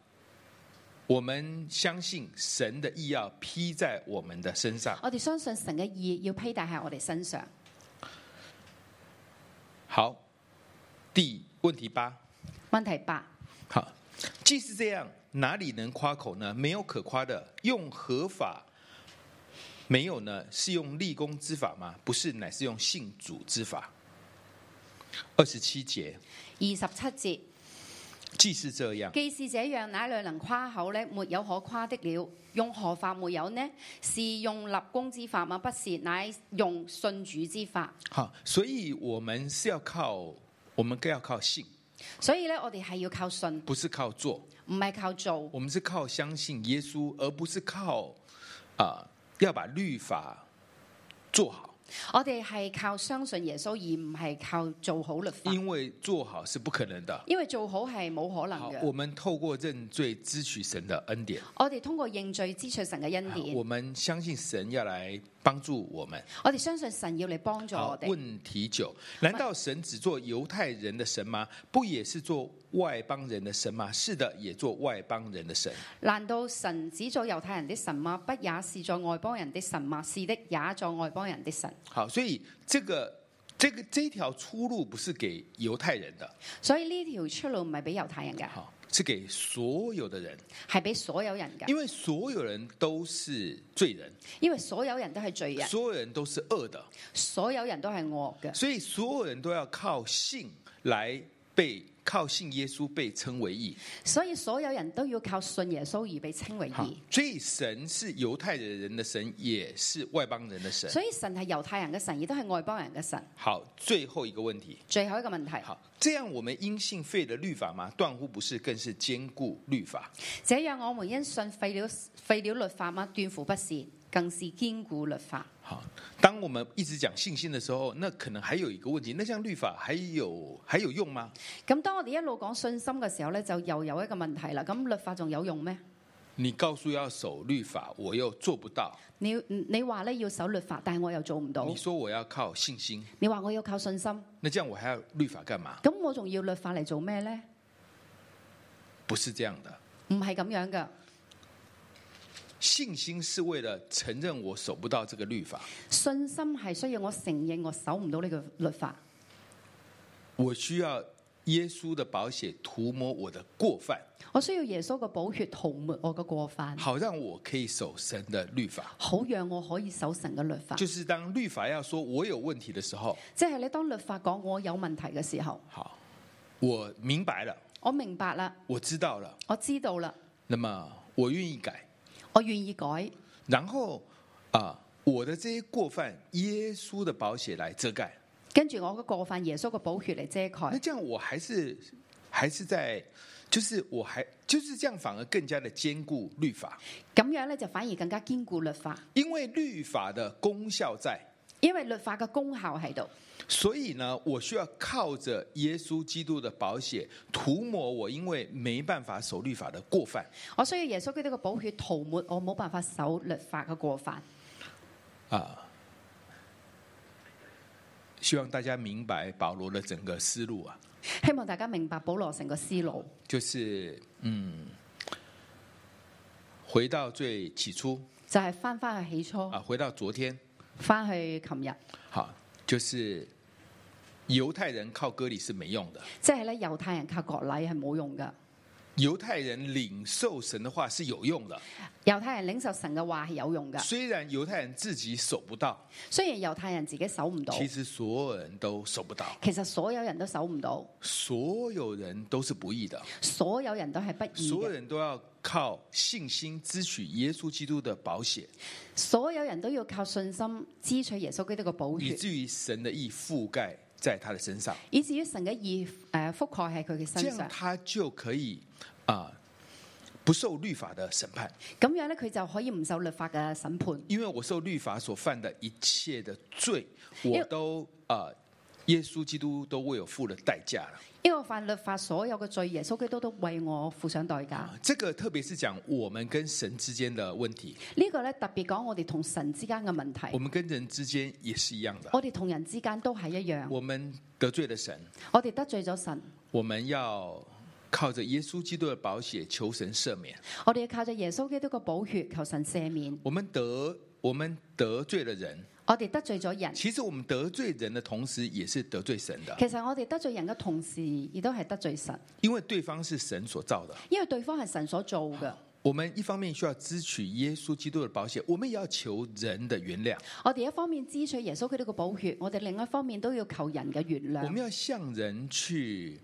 [SPEAKER 2] 我们相信神的意要披在我们的身上。
[SPEAKER 3] 我哋相信神嘅意要披戴喺我哋身上。
[SPEAKER 2] 好，第问题八。
[SPEAKER 3] 問題八，
[SPEAKER 2] 好，既是这样，哪里能夸口呢？没有可夸的。用合法没有呢？是用立功之法吗？不是，乃是用信主之法。二十七节，
[SPEAKER 3] 二十七節，
[SPEAKER 2] 既是这样，
[SPEAKER 3] 既是這樣，哪裏能誇口呢？沒有可誇的了。用何法沒有呢？是用立功之法嗎？不是，乃用信主之法。
[SPEAKER 2] 好，所以我们是要靠，我们更要靠信，
[SPEAKER 3] 所以咧，我哋係要靠信，
[SPEAKER 2] 不是靠做，
[SPEAKER 3] 唔係靠做。
[SPEAKER 2] 我们是靠相信耶稣，而不是靠啊、要把律法做好，
[SPEAKER 3] 我哋係靠相信耶穌，而唔係靠做好律法。
[SPEAKER 2] 因为做好是不可能的。
[SPEAKER 3] 因為做好係冇可能
[SPEAKER 2] 好，我
[SPEAKER 3] 嘅。
[SPEAKER 2] 们透过认罪支取神的恩典，
[SPEAKER 3] 我哋通過認罪支取神嘅恩
[SPEAKER 2] 好
[SPEAKER 3] 典
[SPEAKER 2] 我，們相信神要來幫助我們。
[SPEAKER 3] 我哋相信神要嚟幫助
[SPEAKER 2] 好
[SPEAKER 3] 我，哋。
[SPEAKER 2] 問題九：難道神只做猶太人的神嗎？不也是做外邦人的神嗎？是的，也做外邦人的神。
[SPEAKER 3] 難道神只做猶太人的神嗎？不也是做外邦人的神嗎？是的，也做外邦人的神。
[SPEAKER 2] 好，所以这个这个这条出路不是給猶太人的，
[SPEAKER 3] 所以呢條出路唔係俾猶太人嘅，
[SPEAKER 2] 好，是給所有的人，
[SPEAKER 3] 係俾所有人嘅，
[SPEAKER 2] 因為所有人都是罪人，
[SPEAKER 3] 因為所有人都係罪人，
[SPEAKER 2] 所有人都是惡的，
[SPEAKER 3] 所有人都係惡嘅，
[SPEAKER 2] 所以所有人都要靠信來被靠信耶穌被稱為義。
[SPEAKER 3] 所以所有人都要靠信耶穌而被稱為
[SPEAKER 2] 好
[SPEAKER 3] 義。，
[SPEAKER 2] 所以神是犹太人的神，也是外邦人的神。
[SPEAKER 3] 所以神係猶太人嘅神，亦都係外邦人嘅神。
[SPEAKER 2] 好，最后一个问题，
[SPEAKER 3] 最後一個問題，
[SPEAKER 2] 好，这样我们因信废了律法吗？断乎不是，更是兼顾律法。
[SPEAKER 3] 這樣我們因信廢了廢了律法嗎？斷乎不是，更是堅固律法。
[SPEAKER 2] 好，当我们一直讲信心的时候，那可能还有一个问题，那像律法还有还有用吗？
[SPEAKER 3] 咁當我哋一路講信心嘅時候呢，就又有一個問題啦。咁律法仲有用咩？
[SPEAKER 2] 你告诉要守律法，我又做不到。
[SPEAKER 3] 你你话咧要守律法，但系我又做唔到
[SPEAKER 2] 你。说我要靠信心，
[SPEAKER 3] 你話我要靠信心，
[SPEAKER 2] 那这样我还要律法干嘛？
[SPEAKER 3] 咁我仲要律法嚟做咩呢？
[SPEAKER 2] 不是这样的，
[SPEAKER 3] 唔係咁樣噶，
[SPEAKER 2] 信心是为了承认我守不到这个律法，
[SPEAKER 3] 信心係需要我承認我守唔到呢個律法，
[SPEAKER 2] 我需要耶稣的宝血涂抹我的过犯，
[SPEAKER 3] 我需要耶穌嘅寶血塗抹我嘅過犯，
[SPEAKER 2] 好让我可以守神的律法。
[SPEAKER 3] 好讓我可以守神嘅律法。
[SPEAKER 2] 就是当律法要说我有问题的时候，
[SPEAKER 3] 即係你當律法講我有問題嘅時候，
[SPEAKER 2] 好，我明白了，
[SPEAKER 3] 我明白啦，
[SPEAKER 2] 我知道了，
[SPEAKER 3] 我知道啦，
[SPEAKER 2] 那么我愿意改。
[SPEAKER 3] 我願意改。
[SPEAKER 2] 然后啊、我的这些过犯，耶稣的宝血来遮盖。
[SPEAKER 3] 跟住我嘅過犯，耶穌嘅寶血嚟遮
[SPEAKER 2] 那
[SPEAKER 3] 蓋。
[SPEAKER 2] 这样我还是还是在，就是我还就是这样，反而更加的兼顾律法，
[SPEAKER 3] 咁樣咧就反而更加堅固律法，
[SPEAKER 2] 因为律法的功效在，
[SPEAKER 3] 因為律法嘅功效喺度。
[SPEAKER 2] 所以呢，我需要靠着耶稣基督的宝血涂抹我，因为没办法守律法的过犯。
[SPEAKER 3] 我需要耶穌基督嘅寶血塗抹我冇辦法守律法嘅過犯。
[SPEAKER 2] 啊，希望大家明白保罗的整个思路啊，
[SPEAKER 3] 希望大家明白保羅成個思路，
[SPEAKER 2] 就是嗯，回到最起初
[SPEAKER 3] 就係翻翻去起初，
[SPEAKER 2] 啊，回到昨天，
[SPEAKER 3] 翻去琴日，
[SPEAKER 2] 好，就是犹太人靠割礼是没用的，
[SPEAKER 3] 即係咧猶太人靠割禮係冇用噶，
[SPEAKER 2] 犹太人领受神的话是有用的，
[SPEAKER 3] 猶太人領受神嘅話係有用噶。
[SPEAKER 2] 虽然犹太人自己守不到，
[SPEAKER 3] 雖然猶太人自己守唔到，
[SPEAKER 2] 其实所有人都守不到，
[SPEAKER 3] 其實所有人都守唔到，
[SPEAKER 2] 所有人都是不易的，
[SPEAKER 3] 所有人都係不義
[SPEAKER 2] 所有
[SPEAKER 3] 嘅，
[SPEAKER 2] 人都要靠信心支取耶稣基督的宝血。
[SPEAKER 3] 所有人都要靠信心支取耶穌基督嘅寶
[SPEAKER 2] 以
[SPEAKER 3] 血，
[SPEAKER 2] 至于神的意覆盖在他的身上，
[SPEAKER 3] 以至於神嘅義誒覆蓋喺佢嘅
[SPEAKER 2] 这
[SPEAKER 3] 身
[SPEAKER 2] 样
[SPEAKER 3] 上。
[SPEAKER 2] 他就可以啊、不受律法的审判，
[SPEAKER 3] 咁樣咧，佢就可以唔受律法嘅審判。
[SPEAKER 2] 因为我受律法所犯的一切的罪，
[SPEAKER 3] 因
[SPEAKER 2] 我
[SPEAKER 3] 为
[SPEAKER 2] 都啊、耶稣基督都为我付了代价了。
[SPEAKER 3] 因为我犯律法所有嘅罪，耶稣基督都为我付上代價。呢、
[SPEAKER 2] 啊这个特别是讲我们跟神之间的问题，
[SPEAKER 3] 個个咧特別講我哋同神之間嘅問題，
[SPEAKER 2] 我们跟人之间也是一样的。
[SPEAKER 3] 我哋同人之間都係一樣。
[SPEAKER 2] 我们得罪了神，
[SPEAKER 3] 我哋得罪咗神，
[SPEAKER 2] 我们要靠着耶稣基督的宝血求神赦免。
[SPEAKER 3] 我哋要靠着耶穌基督嘅寶血求神赦免。
[SPEAKER 2] 我们得我们得罪了人，
[SPEAKER 3] 我哋得罪咗人，
[SPEAKER 2] 其实我们得罪人的同时，也是得罪神的，
[SPEAKER 3] 其實我哋得罪人嘅同時，亦都係得罪神，
[SPEAKER 2] 因为对方是神所造的。
[SPEAKER 3] 因為對方係神所做嘅。
[SPEAKER 2] 我们一方面需要支取耶稣基督的保险，我们也要求人的原谅，
[SPEAKER 3] 我哋一方面支取耶穌基督嘅寶血，我哋另一方面都要求人嘅原
[SPEAKER 2] 我
[SPEAKER 3] 諒。
[SPEAKER 2] 们要向人去，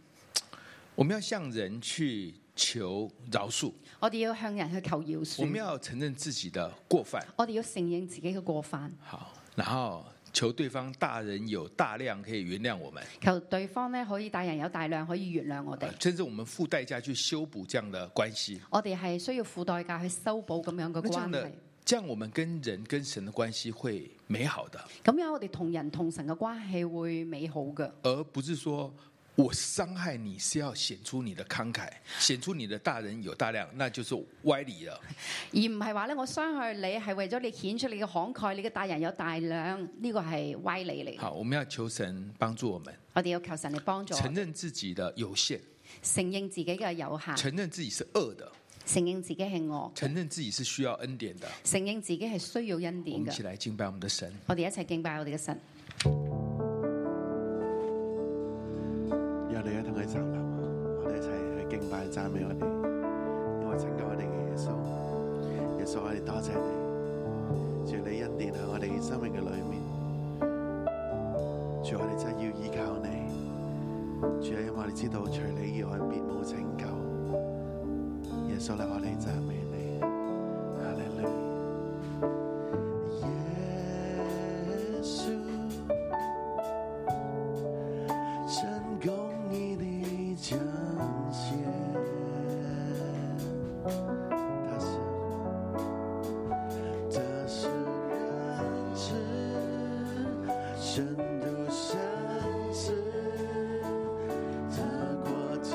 [SPEAKER 2] 我们要向人去求饶恕，
[SPEAKER 3] 我哋要向人去求饒
[SPEAKER 2] 我们
[SPEAKER 3] 恕，
[SPEAKER 2] 要承认自己的过犯，
[SPEAKER 3] 我哋要承認自己嘅過犯，
[SPEAKER 2] 好，然后求对方大人有大量可以原谅我们，
[SPEAKER 3] 求對方咧可以大人有大量可以原諒我哋
[SPEAKER 2] 呃。甚至我们付代价去修补这样的关系。
[SPEAKER 3] 我哋係需要付代價去修補咁樣嘅
[SPEAKER 2] 那这
[SPEAKER 3] 關
[SPEAKER 2] 样的
[SPEAKER 3] 係，，
[SPEAKER 2] 这样我们跟人跟神的关系会美好的。
[SPEAKER 3] 咁樣我哋同人同神嘅關係會美好嘅，
[SPEAKER 2] 而不是说我伤害你是要显出你的慷慨，显出你的大人有大量，那就是歪理了。
[SPEAKER 3] 而唔係話咧我傷害你係為咗你顯出你嘅慷慨，你嘅大人有大量，呢、個係歪理嚟。
[SPEAKER 2] 好，我们要求神帮助我们，
[SPEAKER 3] 我哋要求神嚟幫助我，
[SPEAKER 2] 承认自己的有限，
[SPEAKER 3] 承認自己嘅有限，
[SPEAKER 2] 承认自己是恶的，
[SPEAKER 3] 承認自己係惡，
[SPEAKER 2] 承認自己是需要恩典的。
[SPEAKER 3] 承認自己係需要恩
[SPEAKER 2] 我
[SPEAKER 3] 典
[SPEAKER 2] 们一起
[SPEAKER 3] 嘅。
[SPEAKER 2] 来敬拜我们的神。
[SPEAKER 3] 我哋一齊敬拜我哋嘅神。
[SPEAKER 4] 有你一同去站立，啊我哋一齊去敬拜讚美我哋，因為拯救我哋嘅耶穌，耶穌我哋多謝你，主你恩典喺我哋生命嘅裏面，主我哋真係要依靠你，主啊，因為我哋知道除你以外別無拯救，耶穌咧我哋讚美你，哈利路亞，耶穌。神公义的彰显，他是他是仁慈，深度相思，他国降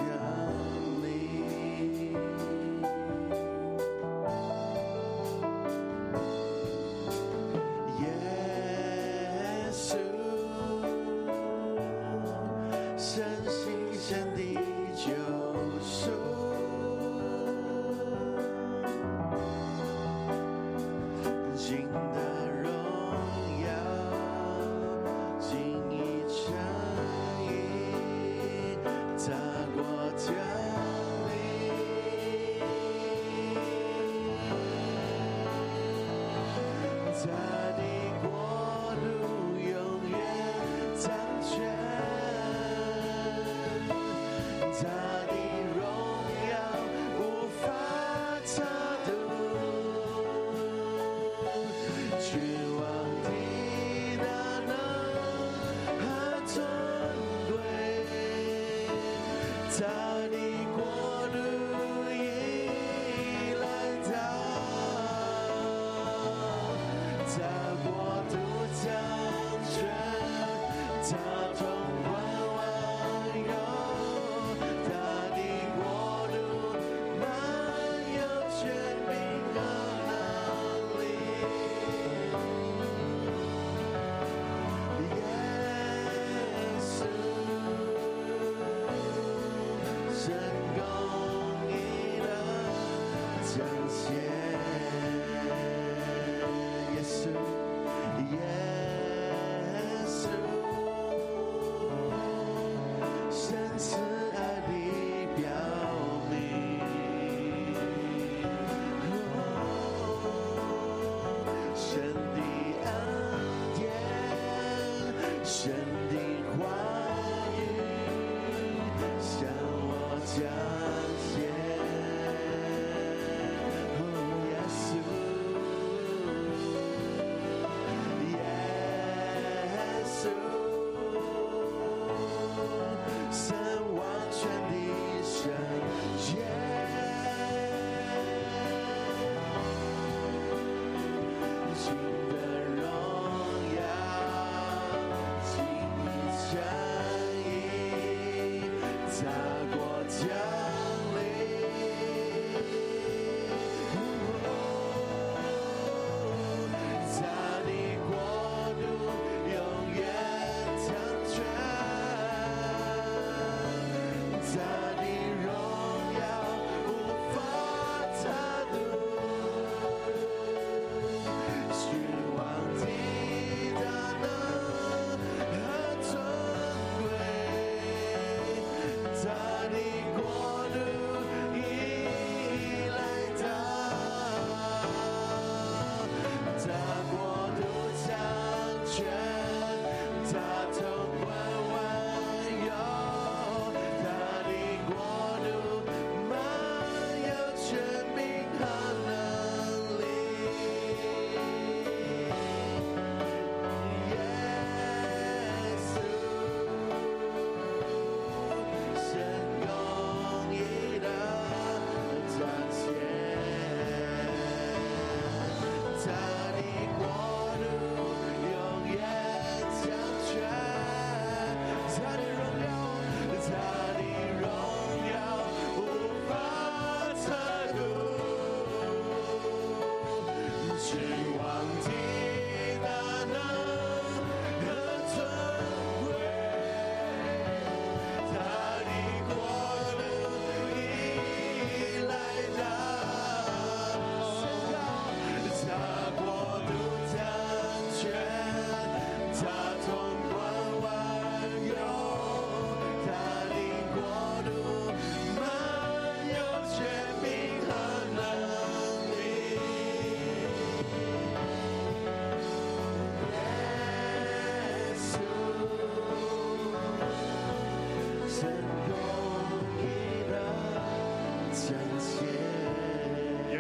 [SPEAKER 4] 临。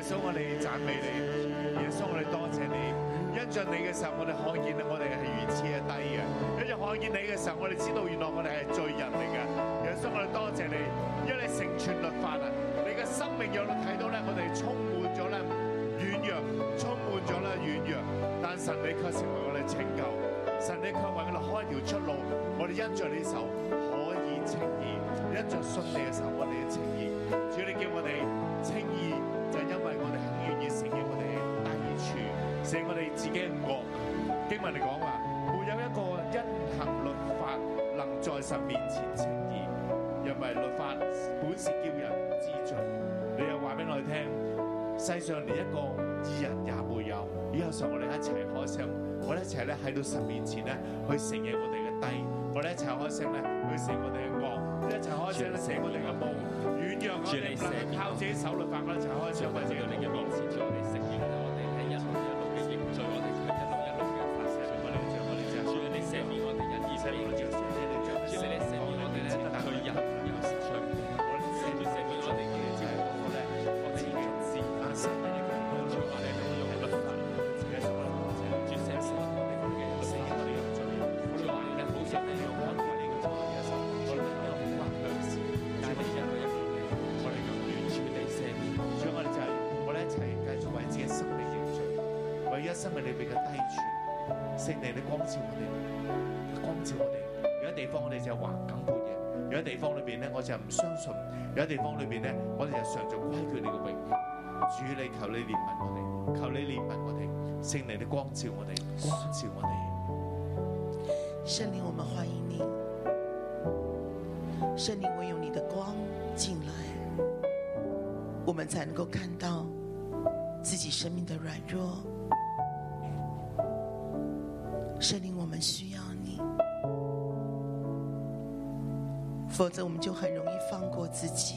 [SPEAKER 5] 穌，我哋讚美你，耶穌，我哋多謝你。一着你嘅時候，我哋看見我哋係如此嘅低嘅；一着看見你嘅時候，我哋知道原來我哋係罪人嚟嘅。耶穌，我哋多謝你，因為你成全律法啊！你嘅生命讓我睇到咧，我哋充滿咗咧軟弱，充滿咗咧軟弱，但神你卻成為我哋拯救，神你卻為我哋開條出路。我哋因着你手可以稱義，因着信你嘅手，我哋嘅稱義。主你叫我哋稱義，就係因為我哋肯願意承認我哋嘅低處，承認我哋自己嘅惡。經文嚟講話，沒有一個因行律法能在神面前稱義，因為律法本是叫人知罪。你又話俾我哋聽，世上連一個義人也沒有。以後上我哋一齊開聲，我哋一齊咧喺到神面前咧去承認我哋嘅低，我哋一齊開聲咧去承認我哋嘅惡，一齊開聲咧承認我哋嘅無軟弱，我哋唔能夠靠自己手律法，我哋一齊開聲
[SPEAKER 6] 上帝
[SPEAKER 5] 為
[SPEAKER 6] 去
[SPEAKER 5] 自己
[SPEAKER 6] 到
[SPEAKER 5] 嘅
[SPEAKER 6] 你嘅面前，主我哋承認我哋係一路一路嘅認罪，我哋係一路一路嘅發誓，
[SPEAKER 5] 我哋一齊我哋一齊
[SPEAKER 6] 主啊，你赦免我哋嘅
[SPEAKER 5] 我哋
[SPEAKER 6] 義俾罪，主啊，你赦免我哋咧得罪人有時罪，主赦免我哋嘅罪，我哋嘅自發生嘅一個主，我哋都用律法，主赦免我哋嘅罪，我哋嘅罪，主我哋咧好想咧用恩惠嚟嘅做嘅手，主你有好話良善，但係一路一路嚟，我哋咁願主你赦免。
[SPEAKER 5] 就係我哋一齊繼續為自己生命認罪，為一生命裏邊嘅低處，聖靈你光照我哋，光照我哋。有啲地方我哋就橫梗半夜，有啲地方裏邊咧我就唔相信，有啲地方裏邊咧我哋就常常虧缺你嘅榮耀。主你求你憐憫我哋，求你憐憫我哋，聖靈你光照我哋，光照我哋。
[SPEAKER 7] 圣灵，我们欢迎你。圣灵，唯有你的光进来，我们才能够看到自己生命的软弱。圣灵，我们需要你，否则我们就很容易放过自己，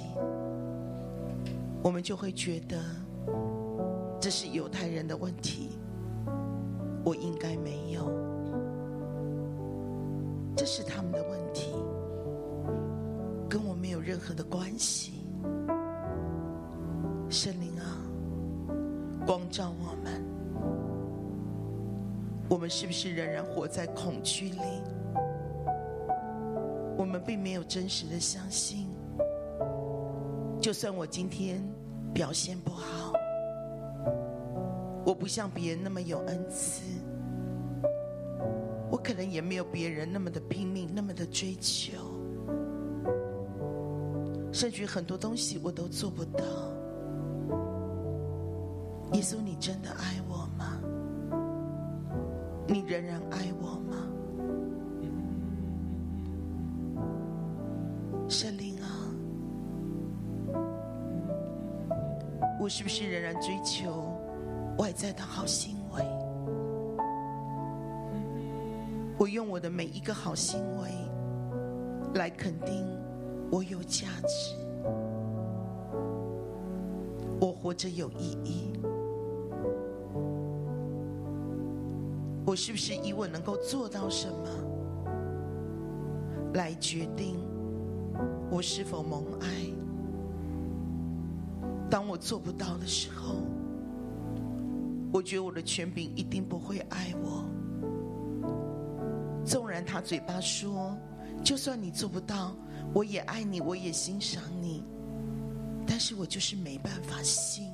[SPEAKER 7] 我们就会觉得这是犹太人的问题，我应该没有。这是他们的问题，跟我没有任何的关系。圣灵啊，光照我们，我们是不是仍然活在恐惧里？我们并没有真实的相信，就算我今天表现不好，我不像别人那么有恩赐。我可能也没有别人那么的拼命，那么的追求，甚至于很多东西我都做不到。耶稣，你真的爱我吗？你仍然爱我吗？圣灵啊，我是不是仍然追求外在的好行为？我用我的每一个好行为来肯定我有价值，我活着有意义。我是不是以我能够做到什么来决定我是否蒙爱？当我做不到的时候，我觉得我的权柄一定不会爱我。纵然他嘴巴说，就算你做不到，我也爱你，我也欣赏你，但是我就是没办法信，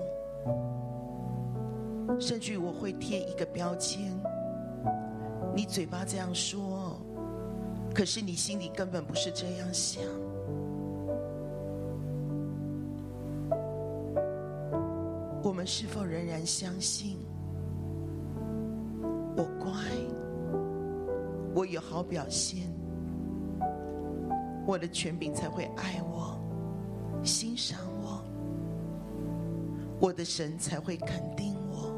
[SPEAKER 7] 甚至于我会贴一个标签：你嘴巴这样说，可是你心里根本不是这样想。我们是否仍然相信我乖？我有好表现，我的权柄才会爱我、欣赏我，我的神才会肯定我。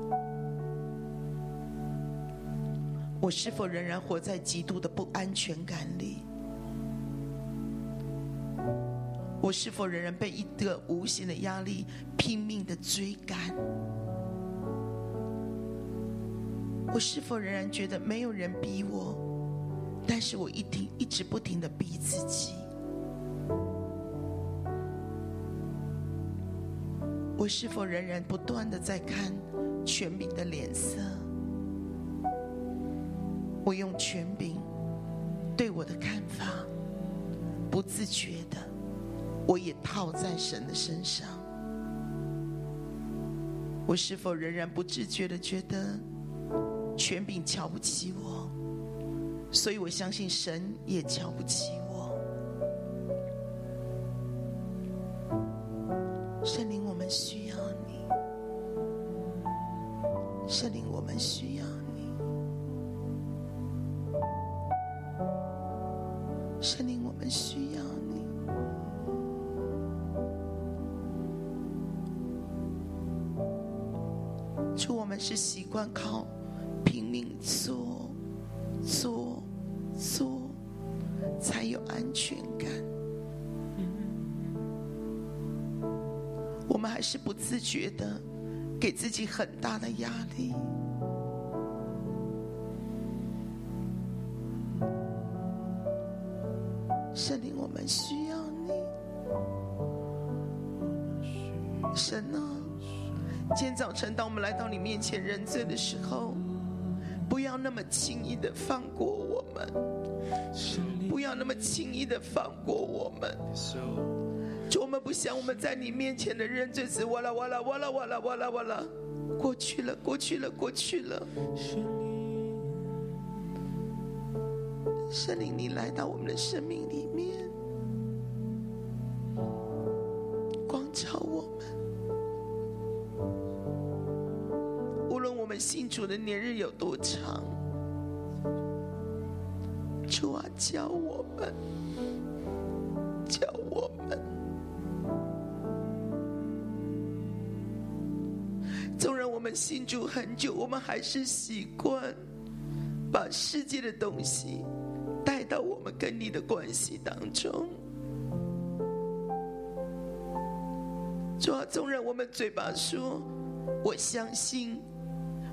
[SPEAKER 7] 我是否仍然活在极度的不安全感里？我是否仍然被一个无形的压力拼命的追赶？我是否仍然觉得没有人逼我？但是我一定一直不停的逼自己。
[SPEAKER 8] 我是否仍然不断的在看权柄的脸色？我用权柄对我的看法，不自觉的，我也套在神的身上。我是否仍然不自觉的觉得权柄瞧不起我？所以我相信神也瞧不起我。圣灵，我们需要你。圣灵，我们需要你。圣灵，我们需要你。主，我们是习惯靠拼命做、做、做，才有安全感。我们还是不自觉的给自己很大的压力。圣灵，我们需要你，神啊！今天早晨，当我们来到你面前认罪的时候，不要那么轻易的放过我们，不要那么轻易的放过我们。主，我们不想我们在你面前的认罪是哇啦哇啦哇啦哇啦哇啦哇啦，过去了，过去了，过去了。圣灵，你来到我们的生命里面，光照我们。无论我们信主的年日有多长，主啊，教我们，教我们。纵然我们信主很久，我们还是习惯把世界的东西带到我们跟你的关系当中。主啊，纵然我们嘴巴说我相信，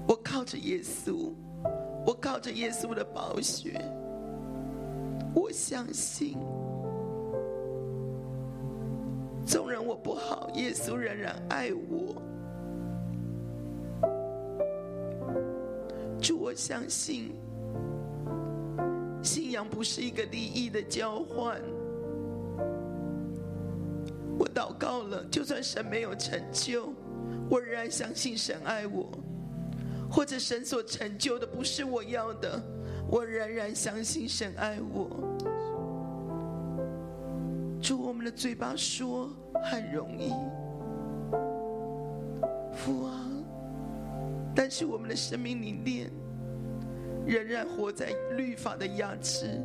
[SPEAKER 8] 我靠着耶稣，我靠着耶稣的宝血，我相信。纵然我不好，耶稣仍然爱我。主，我相信，信仰不是一个利益的交换。我祷告了，就算神没有成就，我仍然相信神爱我；或者神所成就的不是我要的，我仍然相信神爱我。主，我们的嘴巴说很容易，父啊，但是我们的生命里面仍然活在律法的压制、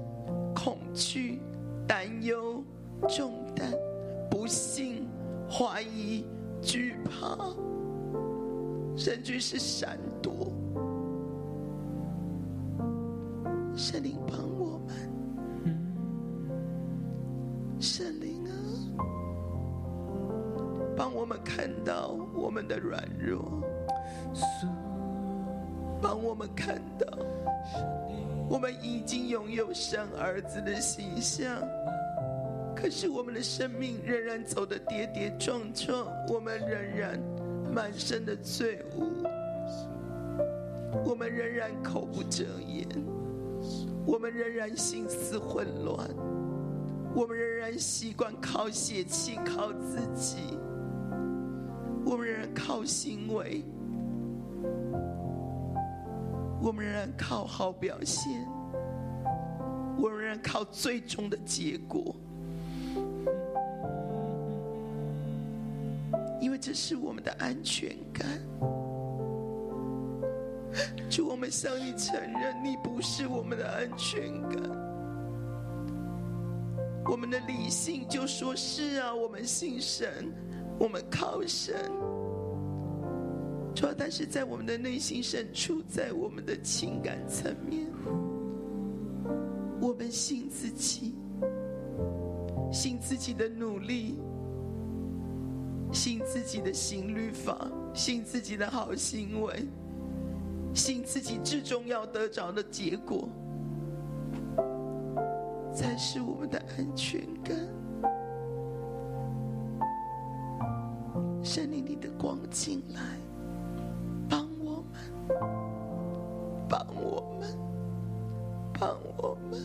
[SPEAKER 8] 恐惧、担忧、重担、不幸、怀疑、惧怕，甚至是闪躲。圣灵帮我们，圣灵啊，帮我们看到我们的软弱，帮我们看到我们已经拥有神儿子的形象。可是我们的生命仍然走得跌跌撞撞，我们仍然满身的罪恶，我们仍然口不遮言，我们仍然心思混乱，我们仍然习惯靠血气、靠自己，我们仍然靠行为，我们仍然靠好表现，我们仍然靠最终的结果。因为这是我们的安全感。主，我们向你承认，你不是我们的安全感。我们的理性就说是啊，我们信神，我们靠神。主要，啊但是在我们的内心深处，在我们的情感层面，我们信自己，信自己的努力，信自己的行律法，信自己的好行为，信自己最终要得着的结果，才是我们的安全感。圣灵你的光进来，帮我们，帮我们，帮我们。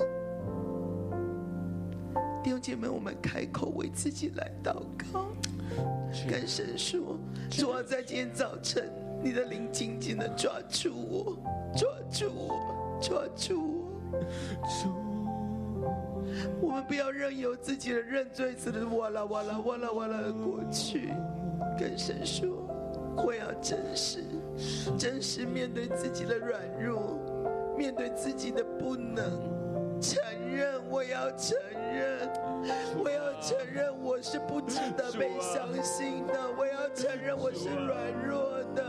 [SPEAKER 8] 弟兄姐妹，我们开口为自己来祷告，跟神说：主啊，在今天早晨，你的灵紧紧的抓住我，抓住我，抓住我，我们不要任由自己的认罪词的哇啦哇啦哇啦哇啦的过去，跟神说，我要真实，真实面对自己的软弱，面对自己的不能，承认我要承认，我要承认我是不值得被相信的，我要承认我是软弱的，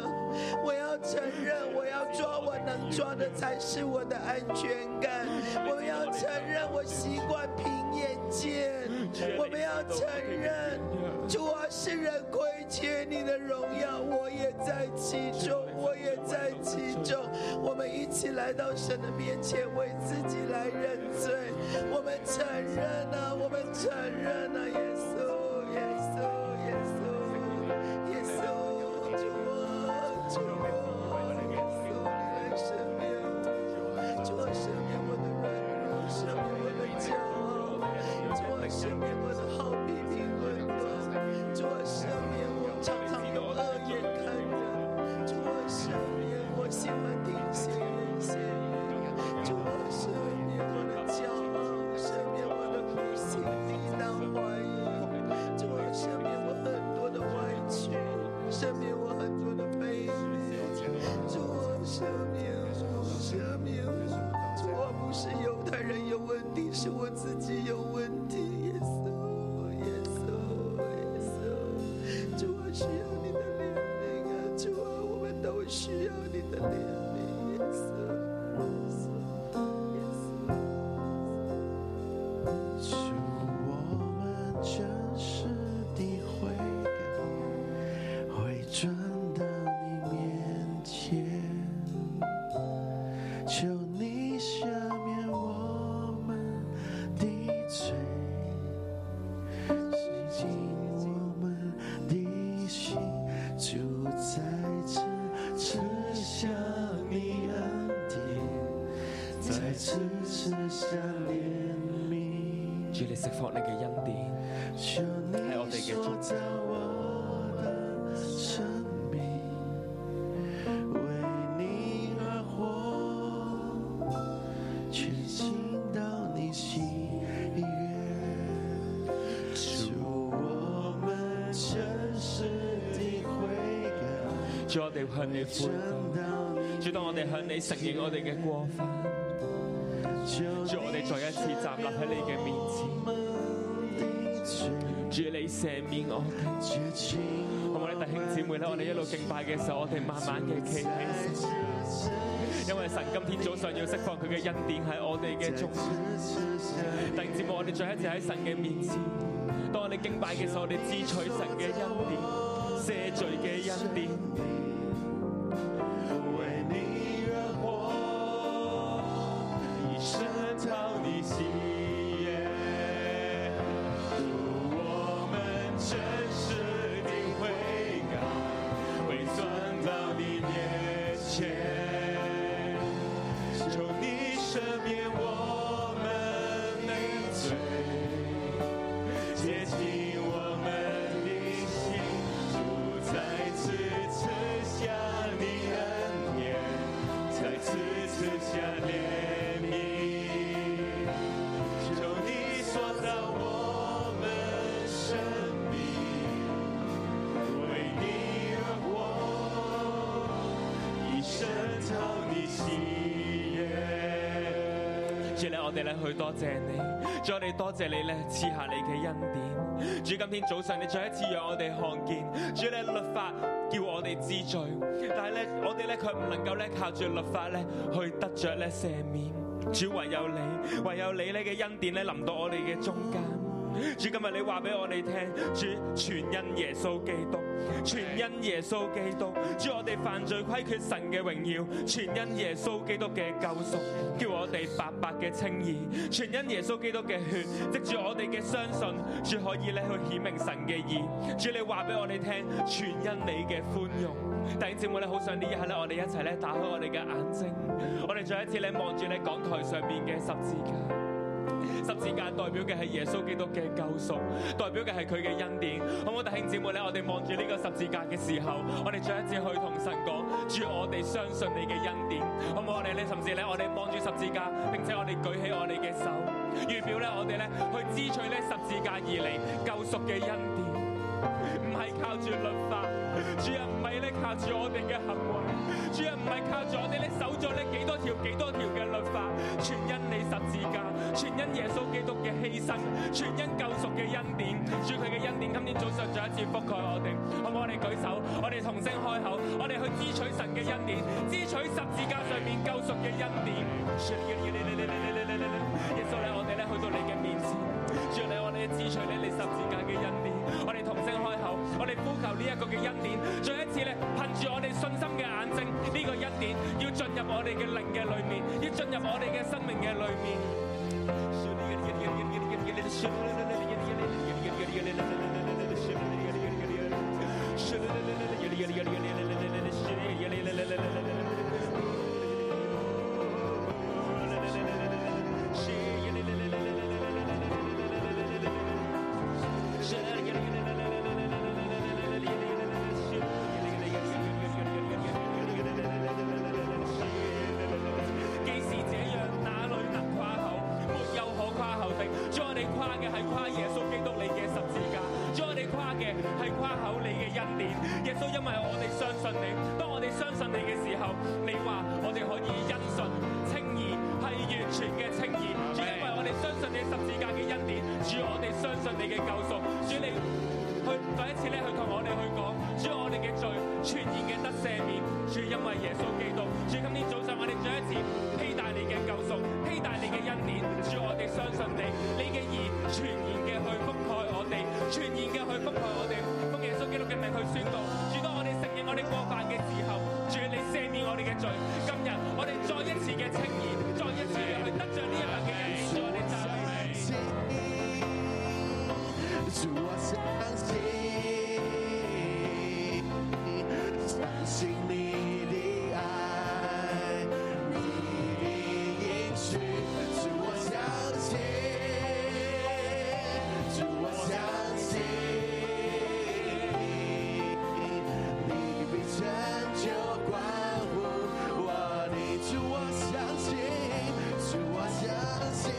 [SPEAKER 8] 我要承认我要抓我能抓的才是我的安全感，我们要承认我习惯凭眼见，我们要承认主啊，世人亏缺你的荣耀，我也在其中，我也在其中。我们一起来到神的面前，为自己来认罪。我们承认啊，我们承认啊，耶稣，耶稣，耶稣，耶稣，主啊，主啊，耶稣，你来赦免。主啊，赦免我的软弱，赦免我的骄傲，主啊，赦免我的好比评论断，主啊，赦免我常常用恶言看人，主啊，赦免我喜欢听闲言闲语，主啊，赦免我的骄傲，赦免我的不信抵挡怀疑，主啊，赦免我很多的歪曲，赦免我很多的卑鄙。主啊，赦免我，赦免我！主啊，不是犹太人有问题，是我自己有问题。耶稣，耶稣，耶稣！主啊，需要你的怜悯啊！主啊，我们都需要你的怜悯。耶稣，耶稣，耶稣。
[SPEAKER 4] 主，我们真实地悔改，回转到你面前，求你赦免我们的罪，洗净我们的心，就在这吃下你恩典。再次吃下怜悯，
[SPEAKER 6] 主你釋放你嘅恩典，
[SPEAKER 4] 求你塑造我的生命，为你而活，全心到你喜悦。祝我们真实地悔改，
[SPEAKER 6] 主我哋向你悔
[SPEAKER 4] 转到
[SPEAKER 6] 改，
[SPEAKER 4] 你
[SPEAKER 6] 主當我哋向你承認我哋嘅過犯，
[SPEAKER 4] 就
[SPEAKER 6] 主我哋再一次站立喺你嘅面前，
[SPEAKER 4] 地罪，
[SPEAKER 6] 主你赦免我哋。
[SPEAKER 4] 绝情
[SPEAKER 6] 好我哋弟兄姊妹咧，我哋一路敬拜嘅時候，我哋慢慢嘅企起身，因為神今天早上要釋放佢嘅恩典喺我哋嘅中間。
[SPEAKER 4] 吃下。
[SPEAKER 6] 弟兄姊妹，我哋再一次喺神嘅面前，當我哋敬拜嘅時候，我哋支取神嘅恩典、赦罪嘅恩典。
[SPEAKER 4] 为你而活，一生讨你喜悦。祝我们真实地悔改，会转到你面前。求你赦免我们的罪，洁净我们的心，主再次赐下你恩典，再次赐下怜悯。求你塑造我们生命，为你而活，一生讨你喜悦。
[SPEAKER 6] 主咧，我哋咧去多謝你，主我哋多謝你咧賜下你嘅恩典。主今天早上你再一次讓我哋看見，主咧律法叫我哋知罪，但係咧我哋咧佢唔能夠咧靠住律法咧去得着咧赦免。主唯有你，唯有你咧嘅恩典咧臨到我哋嘅中間。主今日你話俾我哋聽，主全因耶穌基督，全因耶穌基督，主我哋犯罪虧缺神嘅榮耀，全因耶穌基督嘅救贖，叫我哋白白嘅稱義，全因耶穌基督嘅血，藉住我哋嘅相信，主可以咧去顯明神嘅義。主你話俾我哋聽，全因你嘅寬容。弟兄姊妹咧，好想呢一刻咧，我哋一齊咧打開我哋嘅眼睛，我哋再一次咧望住你講台上面嘅十字架。十字架代表嘅係耶穌基督嘅救贖，代表嘅係佢嘅恩典。好唔好，弟兄姊妹咧？我哋望住呢個十字架嘅時候，我哋再一次去同神講：主，我哋相信你嘅恩典。好唔好？我哋咧，甚至咧，我哋望住十字架，並且我哋舉起我哋嘅手，預表咧，我哋咧去支取咧十字架而嚟救贖嘅恩典，唔係靠住律法，主啊，唔係咧靠住我哋嘅行為，主啊，唔係靠住我哋咧守咗咧幾多條幾多條嘅律法，全因你十字架，全因耶穌基督嘅犧牲，全因救贖嘅恩典，主佢嘅恩典今天早上再一次覆蓋我哋，好唔好？我哋舉手，我哋同聲開口，我哋去支取神嘅恩典，支取十字架上面救贖嘅恩典。耶穌咧，我哋咧去到你嘅面前，主你我哋支取咧你十字架嘅恩典，我哋同聲開口，我哋呼求呢一個嘅恩典，再一次咧憑住我哋信心嘅眼睛，呢、個恩典要進入我哋嘅靈嘅裏面，要進入我哋嘅生命嘅裏面。既是這樣，哪裏能誇口？沒有可誇口的。主，我哋誇嘅係誇耶穌基督你嘅十字架。主，我哋誇嘅係誇口你嘅恩典。耶穌，因為我哋相信你，當我哋相信你嘅時候，你話我哋可以因信稱義，係完全嘅稱義。主，因為我哋相信你十字架嘅恩典，主，我哋相信你嘅救贖。主，你去再一次咧去同我哋去講，主，我哋嘅罪全然嘅得赦免。主，因為耶穌基督。主，今天早上我哋再一次披戴你嘅救贖，披戴你嘅恩典。主，我哋相信你，你嘅義全然嘅去覆蓋我哋，全然嘅去覆蓋我哋。奉耶穌基督嘅名去宣告。主，當我哋承認我哋過犯嘅時候，主你赦免我哋嘅罪。今日我哋再一次嘅稱義，再一次嘅去得着呢一份嘅恩典。主，我哋讚美你。
[SPEAKER 4] 信你，主我相信，相信你的爱，你的应许，主我相信，主我相信，你必成就关乎我的，主我相信，主我相信。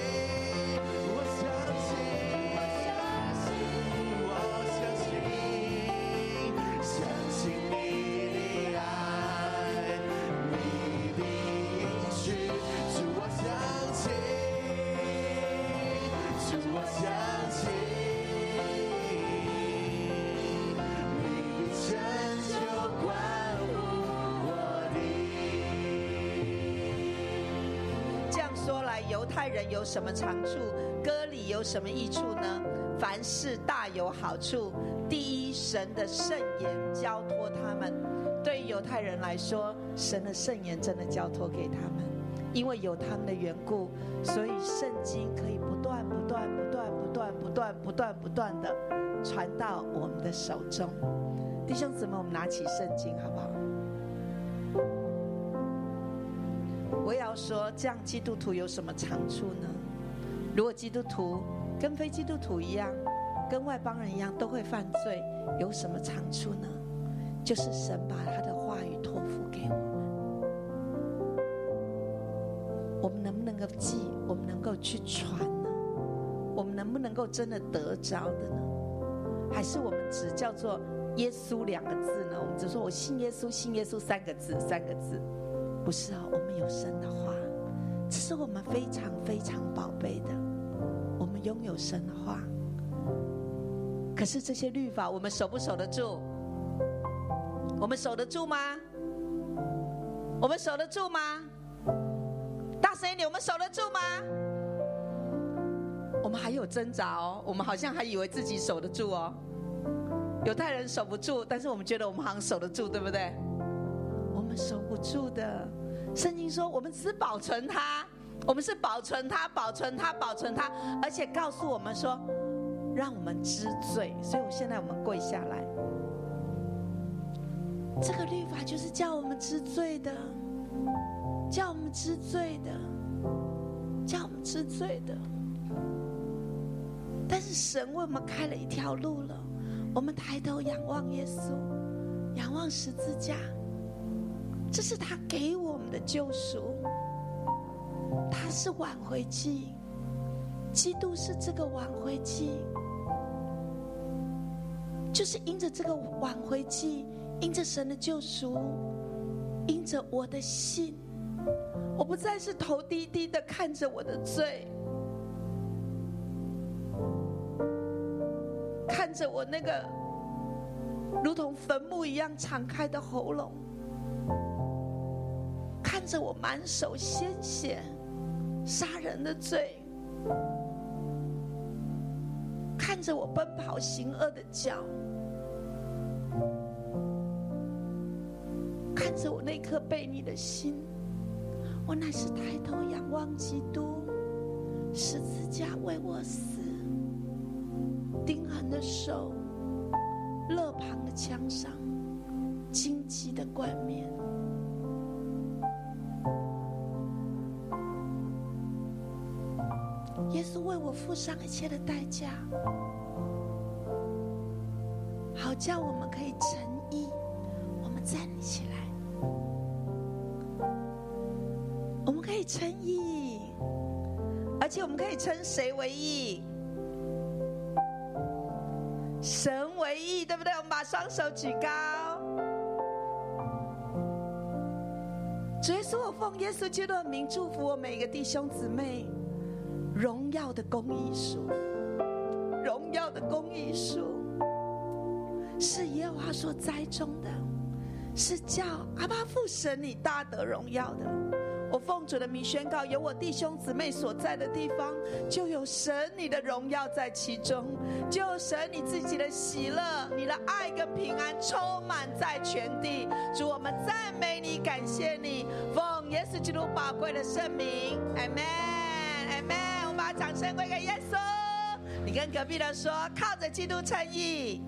[SPEAKER 4] 我相信，我相信，相信你的爱，你的应许，主我相信，主我相信，你必成就关乎我的。
[SPEAKER 9] 这样说来，犹太人有什么长处？割礼有什么益处呢？凡事大有好处。第一，神的圣言交托他们。对于犹太人来说，神的圣言真的交托给他们，因为有他们的缘故，所以圣经可以不断、不断、不断、不断、不断、不断、不断的传到我们的手中。弟兄姊妹，我们拿起圣经好不好？我要说，这样基督徒有什么长处呢？如果基督徒跟非基督徒一样，跟外邦人一样都会犯罪，有什么长处呢？就是神把他的话语托付给我们，我们能不能够记？我们能够去传呢？我们能不能够真的得着的呢？还是我们只叫做耶稣两个字呢？我们只说我信耶稣，信耶稣三个字，三个字。不是啊，我们有神的话，这是我们非常非常宝贝的。我们拥有神的话，可是这些律法我们守不守得住？我们守得住吗？我们守得住吗？大声一点，我们守得住吗？我们们还有挣扎哦，我们好像还以为自己守得住哦。犹太人守不住，但是我们觉得我们好像守得住，对不对？我们守不住的。圣经说，我们只是保存它，我们是保存它，保存它，保存它，而且告诉我们说，让我们知罪。所以，我现在我们跪下来，这个律法就是叫我们知罪的，叫我们知罪的，叫我们知罪的。但是神为我们开了一条路了，我们抬头仰望耶稣，仰望十字架。这是他给我们的救赎，他是挽回祭，基督是这个挽回祭，就是因着这个挽回祭，因着神的救赎，因着我的信，我不再是头低低的看着我的罪，看着我那个如同坟墓一样敞开的喉咙。看着我满手鲜血、杀人的罪，看着我奔跑行恶的脚，看着我那颗悖逆的心，我乃是抬头仰望基督，十字架为我死，钉痕的手，肋旁的枪伤，荆棘的冠冕。耶稣为我付上一切的代价，好叫我们可以诚意，我们站立起来，我们可以称义，而且我们可以称谁为义？神为义，对不对？我们把双手举高。主耶稣，我奉耶稣基督的名祝福我每一个弟兄姊妹。荣耀的公益树，荣耀的公益树，是耶和华所栽种的，是叫阿巴父神你大得荣耀的。我奉主的名宣告，有我弟兄姊妹所在的地方，就有神你的荣耀在其中，就有神你自己的喜乐、你的爱跟平安充满在全地。主，我们赞美你，感谢你，奉耶稣基督宝贵的圣名，Amen，Amen。我们把掌声归给耶稣。你跟隔壁的说，靠着基督称义。